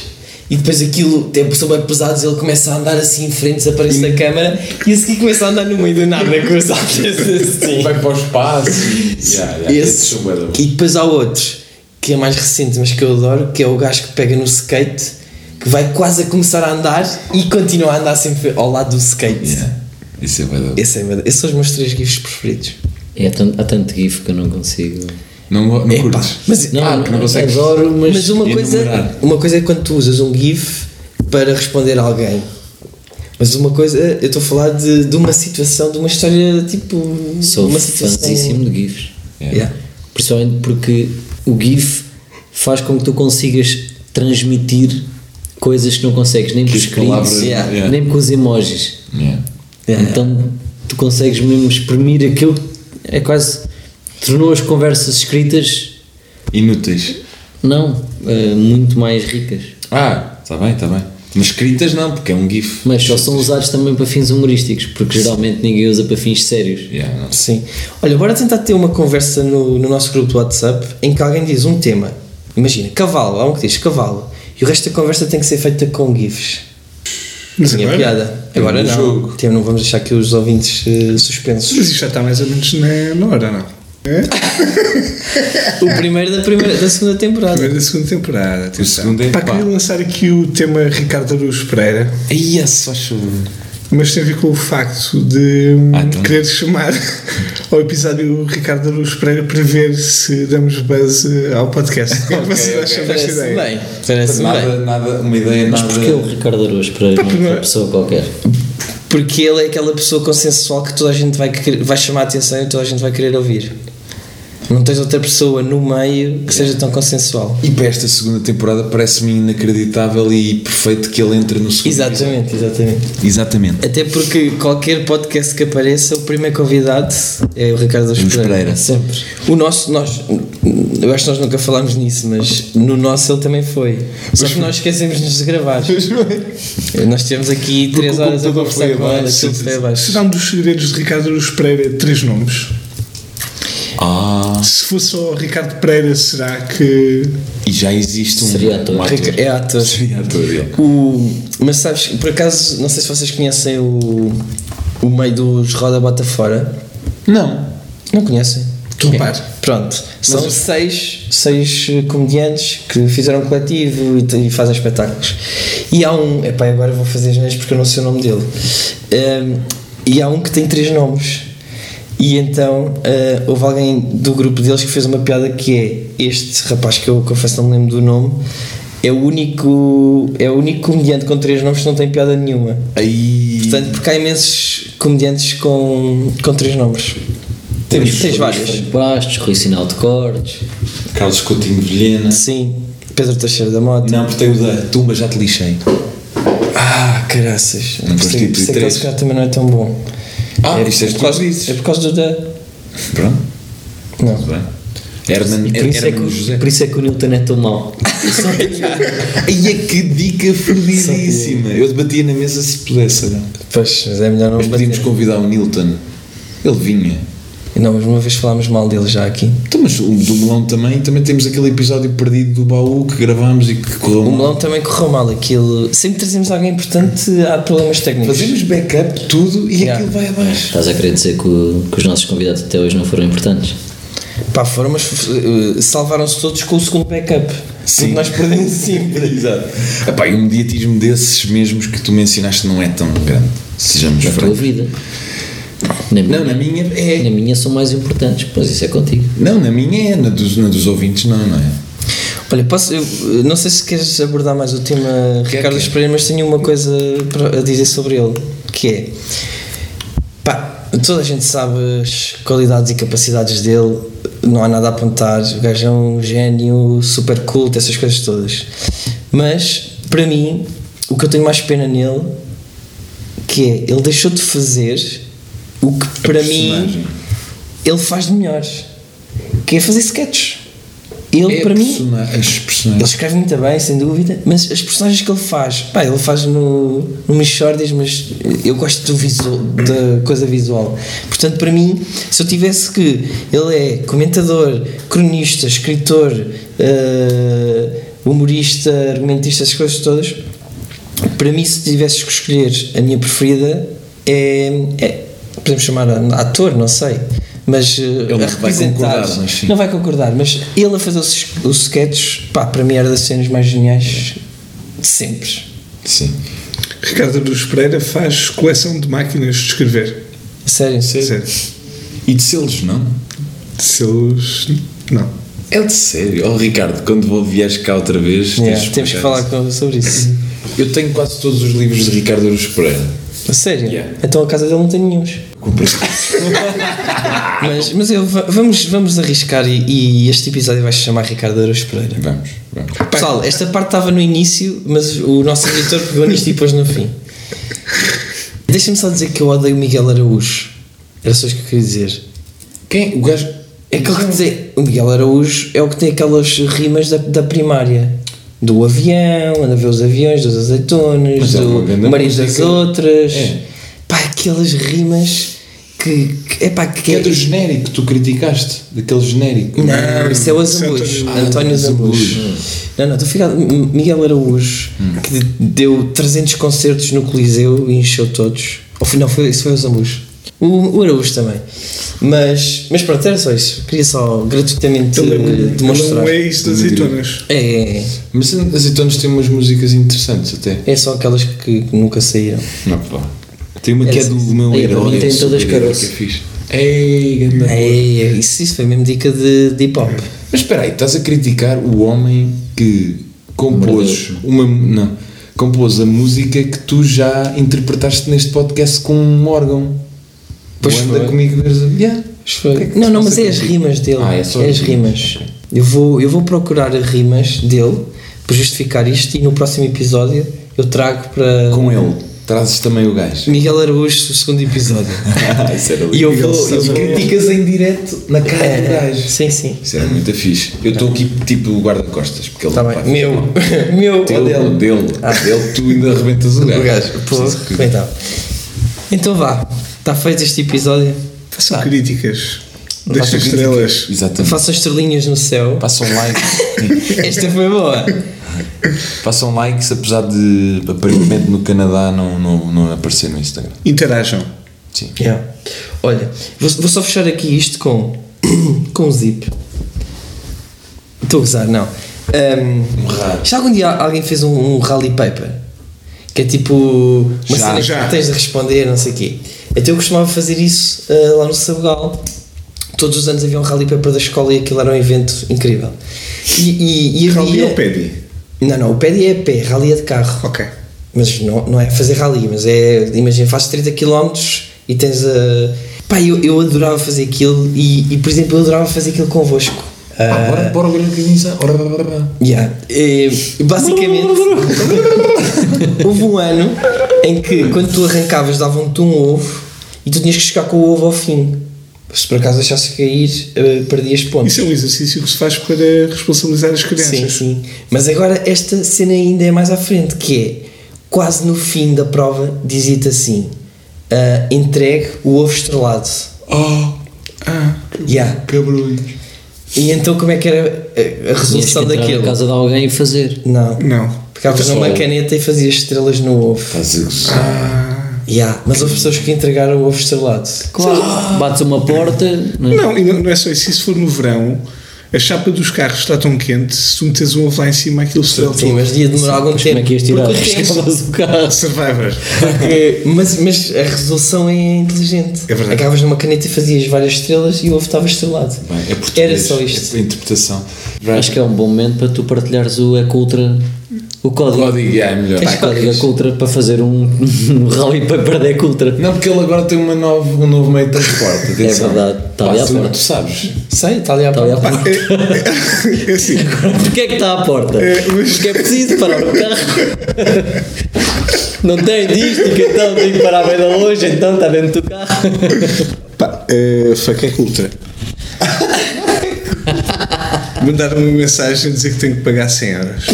Speaker 7: e depois aquilo, tempo são bem pesados, ele começa a andar assim em frente, desaparece da câmara e a seguir começa a andar no meio do nada com os halteres assim.
Speaker 8: Vai para o espaço. yeah, yeah, esses
Speaker 7: Esse.
Speaker 8: são bué da bons.
Speaker 7: E depois há outro que é mais recente, mas que eu adoro, que é o gajo que pega no skate, que vai quase a começar a andar e continua a andar sempre ao lado do skate.
Speaker 8: Yeah. Isso é bué da bom.
Speaker 7: Esse é, meu- esses são os meus três gifs preferidos.
Speaker 9: É tan- há tanto GIF que eu não consigo.
Speaker 8: Não, go- não
Speaker 7: Epá,
Speaker 8: curtes?
Speaker 7: mas-
Speaker 9: Não,
Speaker 8: ah, que não consegues.
Speaker 9: adoro, mas.
Speaker 7: é Mas uma coisa,
Speaker 8: enumerar.
Speaker 7: uma coisa é quando tu usas um GIF para responder a alguém. Mas uma coisa, eu estou a falar de, de uma situação, de uma história tipo.
Speaker 9: Sou
Speaker 7: uma situação.
Speaker 9: fãzíssimo de GIFs.
Speaker 7: Yeah.
Speaker 9: Principalmente porque o GIF faz com que tu consigas transmitir coisas que não consegues nem com
Speaker 8: as
Speaker 9: os
Speaker 8: palavras-
Speaker 9: screens,
Speaker 7: yeah,
Speaker 8: yeah.
Speaker 9: nem com os emojis.
Speaker 8: Yeah.
Speaker 7: Yeah.
Speaker 9: Então tu consegues mesmo exprimir aquilo. É quase. Tornou as conversas escritas,
Speaker 8: Inúteis.
Speaker 9: não, eh, muito mais ricas.
Speaker 8: Ah, está bem, está bem. Mas escritas não, porque é um GIF.
Speaker 9: Mas só são usados também para fins humorísticos, porque geralmente ninguém usa para fins sérios.
Speaker 8: Yeah, não.
Speaker 7: Sim. Olha, bora tentar ter uma conversa no, no nosso grupo do WhatsApp em que alguém diz um tema. Imagina, cavalo, há um que diz cavalo. E o resto da conversa tem que ser feita com GIFs.
Speaker 10: Mas
Speaker 7: Tinha
Speaker 10: agora, um
Speaker 7: piada. Agora
Speaker 8: do
Speaker 7: não.
Speaker 8: jogo.
Speaker 7: Tem- não vamos deixar aqui os ouvintes eh, suspensos.
Speaker 10: mas isto já está mais ou menos na, na hora, não?
Speaker 7: O primeiro da, primeira, da segunda temporada.
Speaker 10: Primeiro da segunda temporada. atenção.
Speaker 8: segundo é
Speaker 10: Pá,
Speaker 8: pá.
Speaker 10: queria lançar aqui o tema Ricardo Araújo Pereira,
Speaker 8: Aí é só chuva.
Speaker 10: mas tem a ver com o facto de hum,
Speaker 8: Ah, então.
Speaker 10: querer chamar ao episódio o Ricardo Araújo Pereira para ver se damos buzz eh, ao podcast. Vocês acham
Speaker 8: ok.
Speaker 10: desta
Speaker 7: Parece
Speaker 10: ideia?
Speaker 7: bem. Parece
Speaker 8: Nada,
Speaker 7: bem.
Speaker 8: nada, uma ideia
Speaker 9: Mas
Speaker 8: nada.
Speaker 9: porquê o Ricardo Araújo para uma pessoa qualquer?
Speaker 7: Porque ele é aquela pessoa consensual que toda a gente vai, querer- vai chamar a atenção e toda a gente vai querer ouvir. Não tens outra pessoa no meio que seja tão consensual.
Speaker 8: E para esta segunda temporada parece-me inacreditável e perfeito que ele entre no segundo.
Speaker 7: Exatamente, exatamente.
Speaker 8: Exatamente.
Speaker 7: Até porque qualquer podcast que apareça, o primeiro convidado é o Ricardo Araújo
Speaker 8: Araújo
Speaker 7: Pereira.
Speaker 8: Pereira.
Speaker 7: Sempre. O nosso, nós, eu acho que nós nunca falámos nisso, mas no nosso ele também foi. Só que nós esquecemos-nos de gravar. nós tivemos aqui
Speaker 8: Porque
Speaker 7: 3
Speaker 8: o
Speaker 7: horas a
Speaker 8: computador
Speaker 7: conversar
Speaker 8: foi
Speaker 7: com ela,
Speaker 8: abaixo,
Speaker 7: aquilo foi abaixo.
Speaker 10: Será um dos segredos de Ricardo Araújo Pereira três nomes?
Speaker 8: Ah,
Speaker 10: Se fosse só Ricardo Pereira, será que.
Speaker 8: e já existe um.
Speaker 9: Seria ator.
Speaker 8: um
Speaker 7: Rica- É ator.
Speaker 8: Seria ator, ele.
Speaker 7: O, mas sabes, por acaso, não sei se vocês conhecem o, o meio dos Roda Bota Fora.
Speaker 8: Não.
Speaker 7: Não conhecem?
Speaker 10: Estou a par.
Speaker 7: Pronto, são seis, seis eh, comediantes que fizeram um coletivo e, te- e fazem espetáculos. E há um, epá, agora vou fazer as neiras porque eu não sei o nome dele. Ehm, e há um que tem três nomes. E então eh, houve alguém do grupo deles que fez uma piada que é este rapaz que eu confesso não me lembro do nome. É o único, é o único comediante com três nomes que não tem piada nenhuma.
Speaker 8: Aí.
Speaker 7: Portanto, porque há imensos comediantes com, com três nomes. Temos, tens vários.
Speaker 9: Bastos, Rui Sinal de Cortes.
Speaker 8: Carlos Coutinho de Vilhena.
Speaker 7: Sim, Pedro Teixeira da Mota.
Speaker 8: Não, porque tem o da Tumba, já te lixei.
Speaker 7: Ah, caraças.
Speaker 8: Não
Speaker 7: Por isso-
Speaker 8: constitui
Speaker 7: por isso é que
Speaker 8: três.
Speaker 7: esse cara também não é tão bom.
Speaker 8: Ah,
Speaker 7: é,
Speaker 8: isto és
Speaker 7: é
Speaker 8: tu
Speaker 7: por
Speaker 8: que
Speaker 7: causa,
Speaker 8: dizes.
Speaker 7: é por causa do da.
Speaker 8: Pronto, tá
Speaker 7: Não.
Speaker 8: bem. Herman,
Speaker 9: Por isso, é que,
Speaker 8: Herman José.
Speaker 9: por isso é que o Newton é tão mau.
Speaker 8: Aí é que dica fodidíssima. Eu debatia na mesa se pudesse. Não?
Speaker 7: Pois, mas é melhor não
Speaker 8: Mas podíamos
Speaker 7: bater.
Speaker 8: convidar o Nilton. Ele vinha.
Speaker 7: Não, mas uma vez falámos mal dele já aqui.
Speaker 8: Então, mas o do Melão também. Também temos aquele episódio perdido do baú que gravámos e que correu
Speaker 7: O
Speaker 8: mal.
Speaker 7: melão também correu mal. Aquilo. Sempre trazemos alguém importante, há problemas técnicos.
Speaker 8: Fazemos backup, tudo, e
Speaker 7: Yeah.
Speaker 8: aquilo vai abaixo.
Speaker 9: Estás a querer dizer que, o- que os nossos convidados até hoje não foram importantes?
Speaker 7: Pá, foram, mas eh, salvaram-se todos com o segundo backup. Sim. Nós perdemos sempre.
Speaker 8: Exato. Epá, e o mediatismo desses mesmos que tu me ensinaste não é tão grande. Sejamos
Speaker 9: Na tua
Speaker 8: francos.
Speaker 9: vida. Na minha,
Speaker 8: Não, na minha é.
Speaker 9: na minha são mais importantes, pois isso é contigo.
Speaker 8: Não, na minha é, na dos, na dos ouvintes não, não é?
Speaker 7: Olha, posso, eu, eh, não sei se queres abordar mais o tema Ricardo
Speaker 8: quer.
Speaker 7: Espreira, mas tenho uma coisa para- a dizer sobre ele, que é pá, toda a gente sabe as qualidades e capacidades dele, não há nada a apontar, o gajo é um gênio, super culto, essas coisas todas. Mas, para mim, o que eu tenho mais pena nele que é ele deixou de fazer o que para mim
Speaker 8: personagem.
Speaker 7: ele faz de melhor, que é fazer sketches. Ele,
Speaker 8: É
Speaker 7: para mim,
Speaker 8: persona- as
Speaker 7: ele
Speaker 8: personagens.
Speaker 7: escreve muito bem, sem dúvida, mas as personagens que ele faz, pá, ele faz no, no Mixórdias, mas eu gosto do visual, da coisa visual. Portanto, para mim, se eu tivesse que. Ele é comentador, cronista, escritor, eh, humorista, argumentista, essas coisas todas. Para mim, se tivesses que escolher a minha preferida, é. é- podemos chamar a- ator, não sei. Mas eh,
Speaker 8: não vai
Speaker 7: a representar.
Speaker 8: concordar, mas sim.
Speaker 7: Não vai concordar, mas ele a fazer os, os sketches, pá, para mim era das cenas mais geniais de sempre.
Speaker 8: Sim.
Speaker 10: Ricardo dos Pereira faz coleção de máquinas de escrever.
Speaker 7: Sério,
Speaker 10: Sério.
Speaker 8: E de selos, não?
Speaker 10: Seus. Não.
Speaker 8: É de sério. Oh, Ricardo, quando vou viajar cá outra vez,
Speaker 7: Yeah,
Speaker 8: de
Speaker 7: temos que
Speaker 8: explicar
Speaker 7: falar com- sobre isso.
Speaker 8: isso. Eu tenho quase todos os livros de Ricardo Aruz Pereira.
Speaker 7: A Sério?
Speaker 8: Yeah.
Speaker 7: Então a casa dele não tem nenhum. mas mas eu, va- vamos, vamos arriscar e, e este episódio vai se chamar Ricardo Araújo Pereira.
Speaker 8: Vamos, vamos.
Speaker 7: Pessoal, esta parte estava no início, mas o nosso editor pegou nisto e pôs no fim. Deixa-me só dizer que eu odeio o Miguel Araújo. Era só isso que eu queria dizer.
Speaker 8: Quem? O gajo.
Speaker 7: É aquele que dizer, o Miguel Araújo é o que tem aquelas rimas da, da primária. Do avião, anda a ver os aviões, dos azeitonas,
Speaker 8: Mas é uma
Speaker 7: do
Speaker 8: grande
Speaker 7: marido das
Speaker 8: música.
Speaker 7: outras.
Speaker 8: É.
Speaker 7: Pá, aquelas rimas que. que é pá, que,
Speaker 8: Que é do genérico que tu criticaste. Daquele genérico.
Speaker 7: Não, isso é o Azambus.
Speaker 10: Isso é
Speaker 7: António,
Speaker 8: António
Speaker 7: Azambus. Não, não, estou a ficar. M- Miguel Araújo,
Speaker 10: Hum.
Speaker 7: que deu 300 concertos no Coliseu e encheu todos. Ao final, foi, isso foi o Azambus. O, o Araújo também. Mas, mas pronto, era só isso. Queria só gratuitamente
Speaker 10: Ele é um-
Speaker 7: eh, demonstrar.
Speaker 10: Não é isto das azeitonas.
Speaker 7: É, é,
Speaker 8: Mas as Azeitonas têm umas músicas interessantes até.
Speaker 7: é só aquelas que, que nunca saíram.
Speaker 8: Não, pá. Tem uma que é do meu
Speaker 9: Aí, para
Speaker 8: herói.
Speaker 9: mim tem
Speaker 8: do
Speaker 9: todas
Speaker 8: super-herói,
Speaker 9: caroço.
Speaker 8: que é fixe. Ei, ganda.
Speaker 7: É, é, isso, isso foi mesmo dica de, de hip hop.
Speaker 10: É.
Speaker 8: Mas espera aí, estás a criticar o homem que compôs uma. Não. Compôs a música que tu já interpretaste neste podcast com um órgão.
Speaker 7: Pois
Speaker 8: O anda
Speaker 7: foi.
Speaker 8: comigo mesmo. Yeah.
Speaker 7: Isto foi-
Speaker 8: O que é que
Speaker 7: não,
Speaker 8: se
Speaker 7: não, mas
Speaker 8: passa
Speaker 7: é as
Speaker 8: contigo?
Speaker 7: rimas dele.
Speaker 8: Ah, é só
Speaker 7: as
Speaker 8: as
Speaker 7: rimas. Eu vou, eu vou procurar as rimas dele para justificar isto e no próximo episódio eu trago para
Speaker 8: Com ele, trazes também o gajo.
Speaker 7: Miguel Araújo o segundo episódio.
Speaker 8: Ah, isso era
Speaker 7: e eu
Speaker 8: lindo.
Speaker 7: vou. Eu
Speaker 8: E
Speaker 7: vou
Speaker 8: criticas em direto na cara do
Speaker 9: É,
Speaker 8: gajo.
Speaker 7: Sim, sim.
Speaker 8: Isso era muito fixe. Eu estou aqui tipo o guarda-costas, porque ele
Speaker 7: Tá
Speaker 8: não
Speaker 7: bem.
Speaker 8: vai-
Speaker 7: Meu. Meu.
Speaker 8: Teu, dele, dele, dele, tu ainda arrebentas o gajo.
Speaker 7: O gajo. Pô, então. então vá. Está feito este episódio.
Speaker 10: Façam
Speaker 7: Tá.
Speaker 10: críticas.
Speaker 7: façam
Speaker 10: Deixem estrelas.
Speaker 8: Exatamente.
Speaker 7: Façam estrelinhas no céu.
Speaker 8: Façam um like.
Speaker 7: Esta foi boa.
Speaker 8: Façam likes, apesar de aparentemente no Canadá não, não, não aparecer no Instagram.
Speaker 10: Interajam.
Speaker 8: Sim.
Speaker 7: Yeah. É. Olha, vou, vou só fechar aqui isto com com um zip. Estou a gozar, não. Ahm, já algum dia alguém fez um, um rally paper? Que é tipo uma
Speaker 8: Já,
Speaker 7: cena
Speaker 10: já.
Speaker 7: que tens de responder, não sei o quê. Então eu costumava fazer isso ah, lá no Sabugal. Todos os anos havia um rally paper da escola e aquilo era um evento incrível. E, e, e
Speaker 10: Rally
Speaker 7: havia...
Speaker 10: ou Pedi?
Speaker 7: Não, não, o pé é a pé, rally é de carro.
Speaker 10: Ok.
Speaker 7: Mas não, não é fazer rally, mas é. Imagina, fazes 30 km e tens a. Pá, eu, eu adorava fazer aquilo e, e, por exemplo, eu adorava fazer aquilo convosco. Ah,
Speaker 8: Bora, bora, bora, organizar. Ora, bora, bora, bora.
Speaker 7: yeah. Eh, basicamente, houve um ano em que quando tu arrancavas davam-te um ovo e tu tinhas que chegar com o ovo ao fim. Se por acaso deixasses cair, eh, perdias pontos.
Speaker 10: Isso é um exercício que se faz para responsabilizar as crianças.
Speaker 7: Sim, sim. Mas agora esta cena ainda é mais à frente, que é quase no fim da prova dizia-te assim: ah, entregue o ovo estrelado.
Speaker 8: Oh,
Speaker 10: Ah,
Speaker 7: Yeah.
Speaker 8: cabrões.
Speaker 7: E então como é que era a- a,
Speaker 9: Tinhas que
Speaker 7: resolução
Speaker 9: entrar
Speaker 7: daquilo?
Speaker 9: na casa de alguém e fazer.
Speaker 7: Não.
Speaker 10: não.
Speaker 7: Pegavas numa caneta e fazias estrelas no ovo.
Speaker 8: Estás a gozar.
Speaker 7: Yeah. Mas houve pessoas que entregaram o ovo estrelado.
Speaker 9: Claro, bates uma porta. não é?
Speaker 10: Não, e não, não é só isso. Se for no verão, a chapa dos carros está tão quente, se tu metes um ovo lá em cima, aquilo se dá
Speaker 7: Sim, mas ia demorar algum tempo.
Speaker 9: Como é que ias tirar?
Speaker 7: Porque tens-
Speaker 9: Escavas o carro.
Speaker 10: Survivor.
Speaker 7: porque- mas, mas a resolução é inteligente.
Speaker 10: É verdade.
Speaker 7: Pegavas numa caneta e fazias várias estrelas e o ovo estava estrelado.
Speaker 8: Bem, é português.
Speaker 7: Era só isto.
Speaker 8: É a interpretação.
Speaker 9: Acho que é um bom momento para tu partilhares o Ecultra. O código.
Speaker 8: Código, é melhor.
Speaker 9: Tens código Ecultra para fazer um, um rally para perder Ecultra.
Speaker 8: Não, porque ele agora tem uma nova, um novo meio de transporte. atenção.
Speaker 9: É verdade, está
Speaker 8: Pá,
Speaker 9: ali à
Speaker 8: tu-
Speaker 9: porta.
Speaker 8: Tu sabes.
Speaker 7: Sei, está Tá ali à
Speaker 9: Está Tá ali à
Speaker 7: porta.
Speaker 9: porta.
Speaker 10: É assim.
Speaker 9: Porquê é que está à porta?
Speaker 10: mas-
Speaker 9: Porque é preciso parar o carro. Não tem dística, então tem que parar bem da longe, então está dentro do carro.
Speaker 10: eh, Pá, é, faca é cultura. Mandaram uma mensagem a dizer que tenho que pagar 100 euros.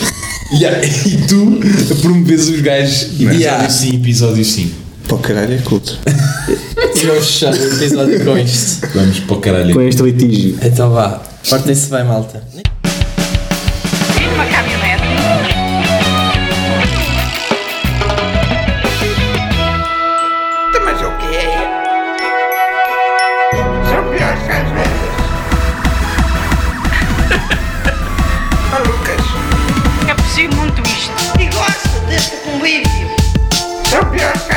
Speaker 8: Yeah, E tu promoves os gajos episódio
Speaker 7: Yeah.
Speaker 8: sim, episódio sim.
Speaker 10: Pá, caralho, é culto.
Speaker 7: E vamos fechar o um episódio com isto.
Speaker 8: Vamos para o caralho.
Speaker 11: Com este litígio.
Speaker 7: Então vá, portem-se bem, malta.
Speaker 5: Vi numa caminhonete.
Speaker 3: Então, Mas o que é? São piores que as vezes. Malucas.
Speaker 5: É possível muito isto.
Speaker 6: E gosta deste convívio.
Speaker 3: São piores que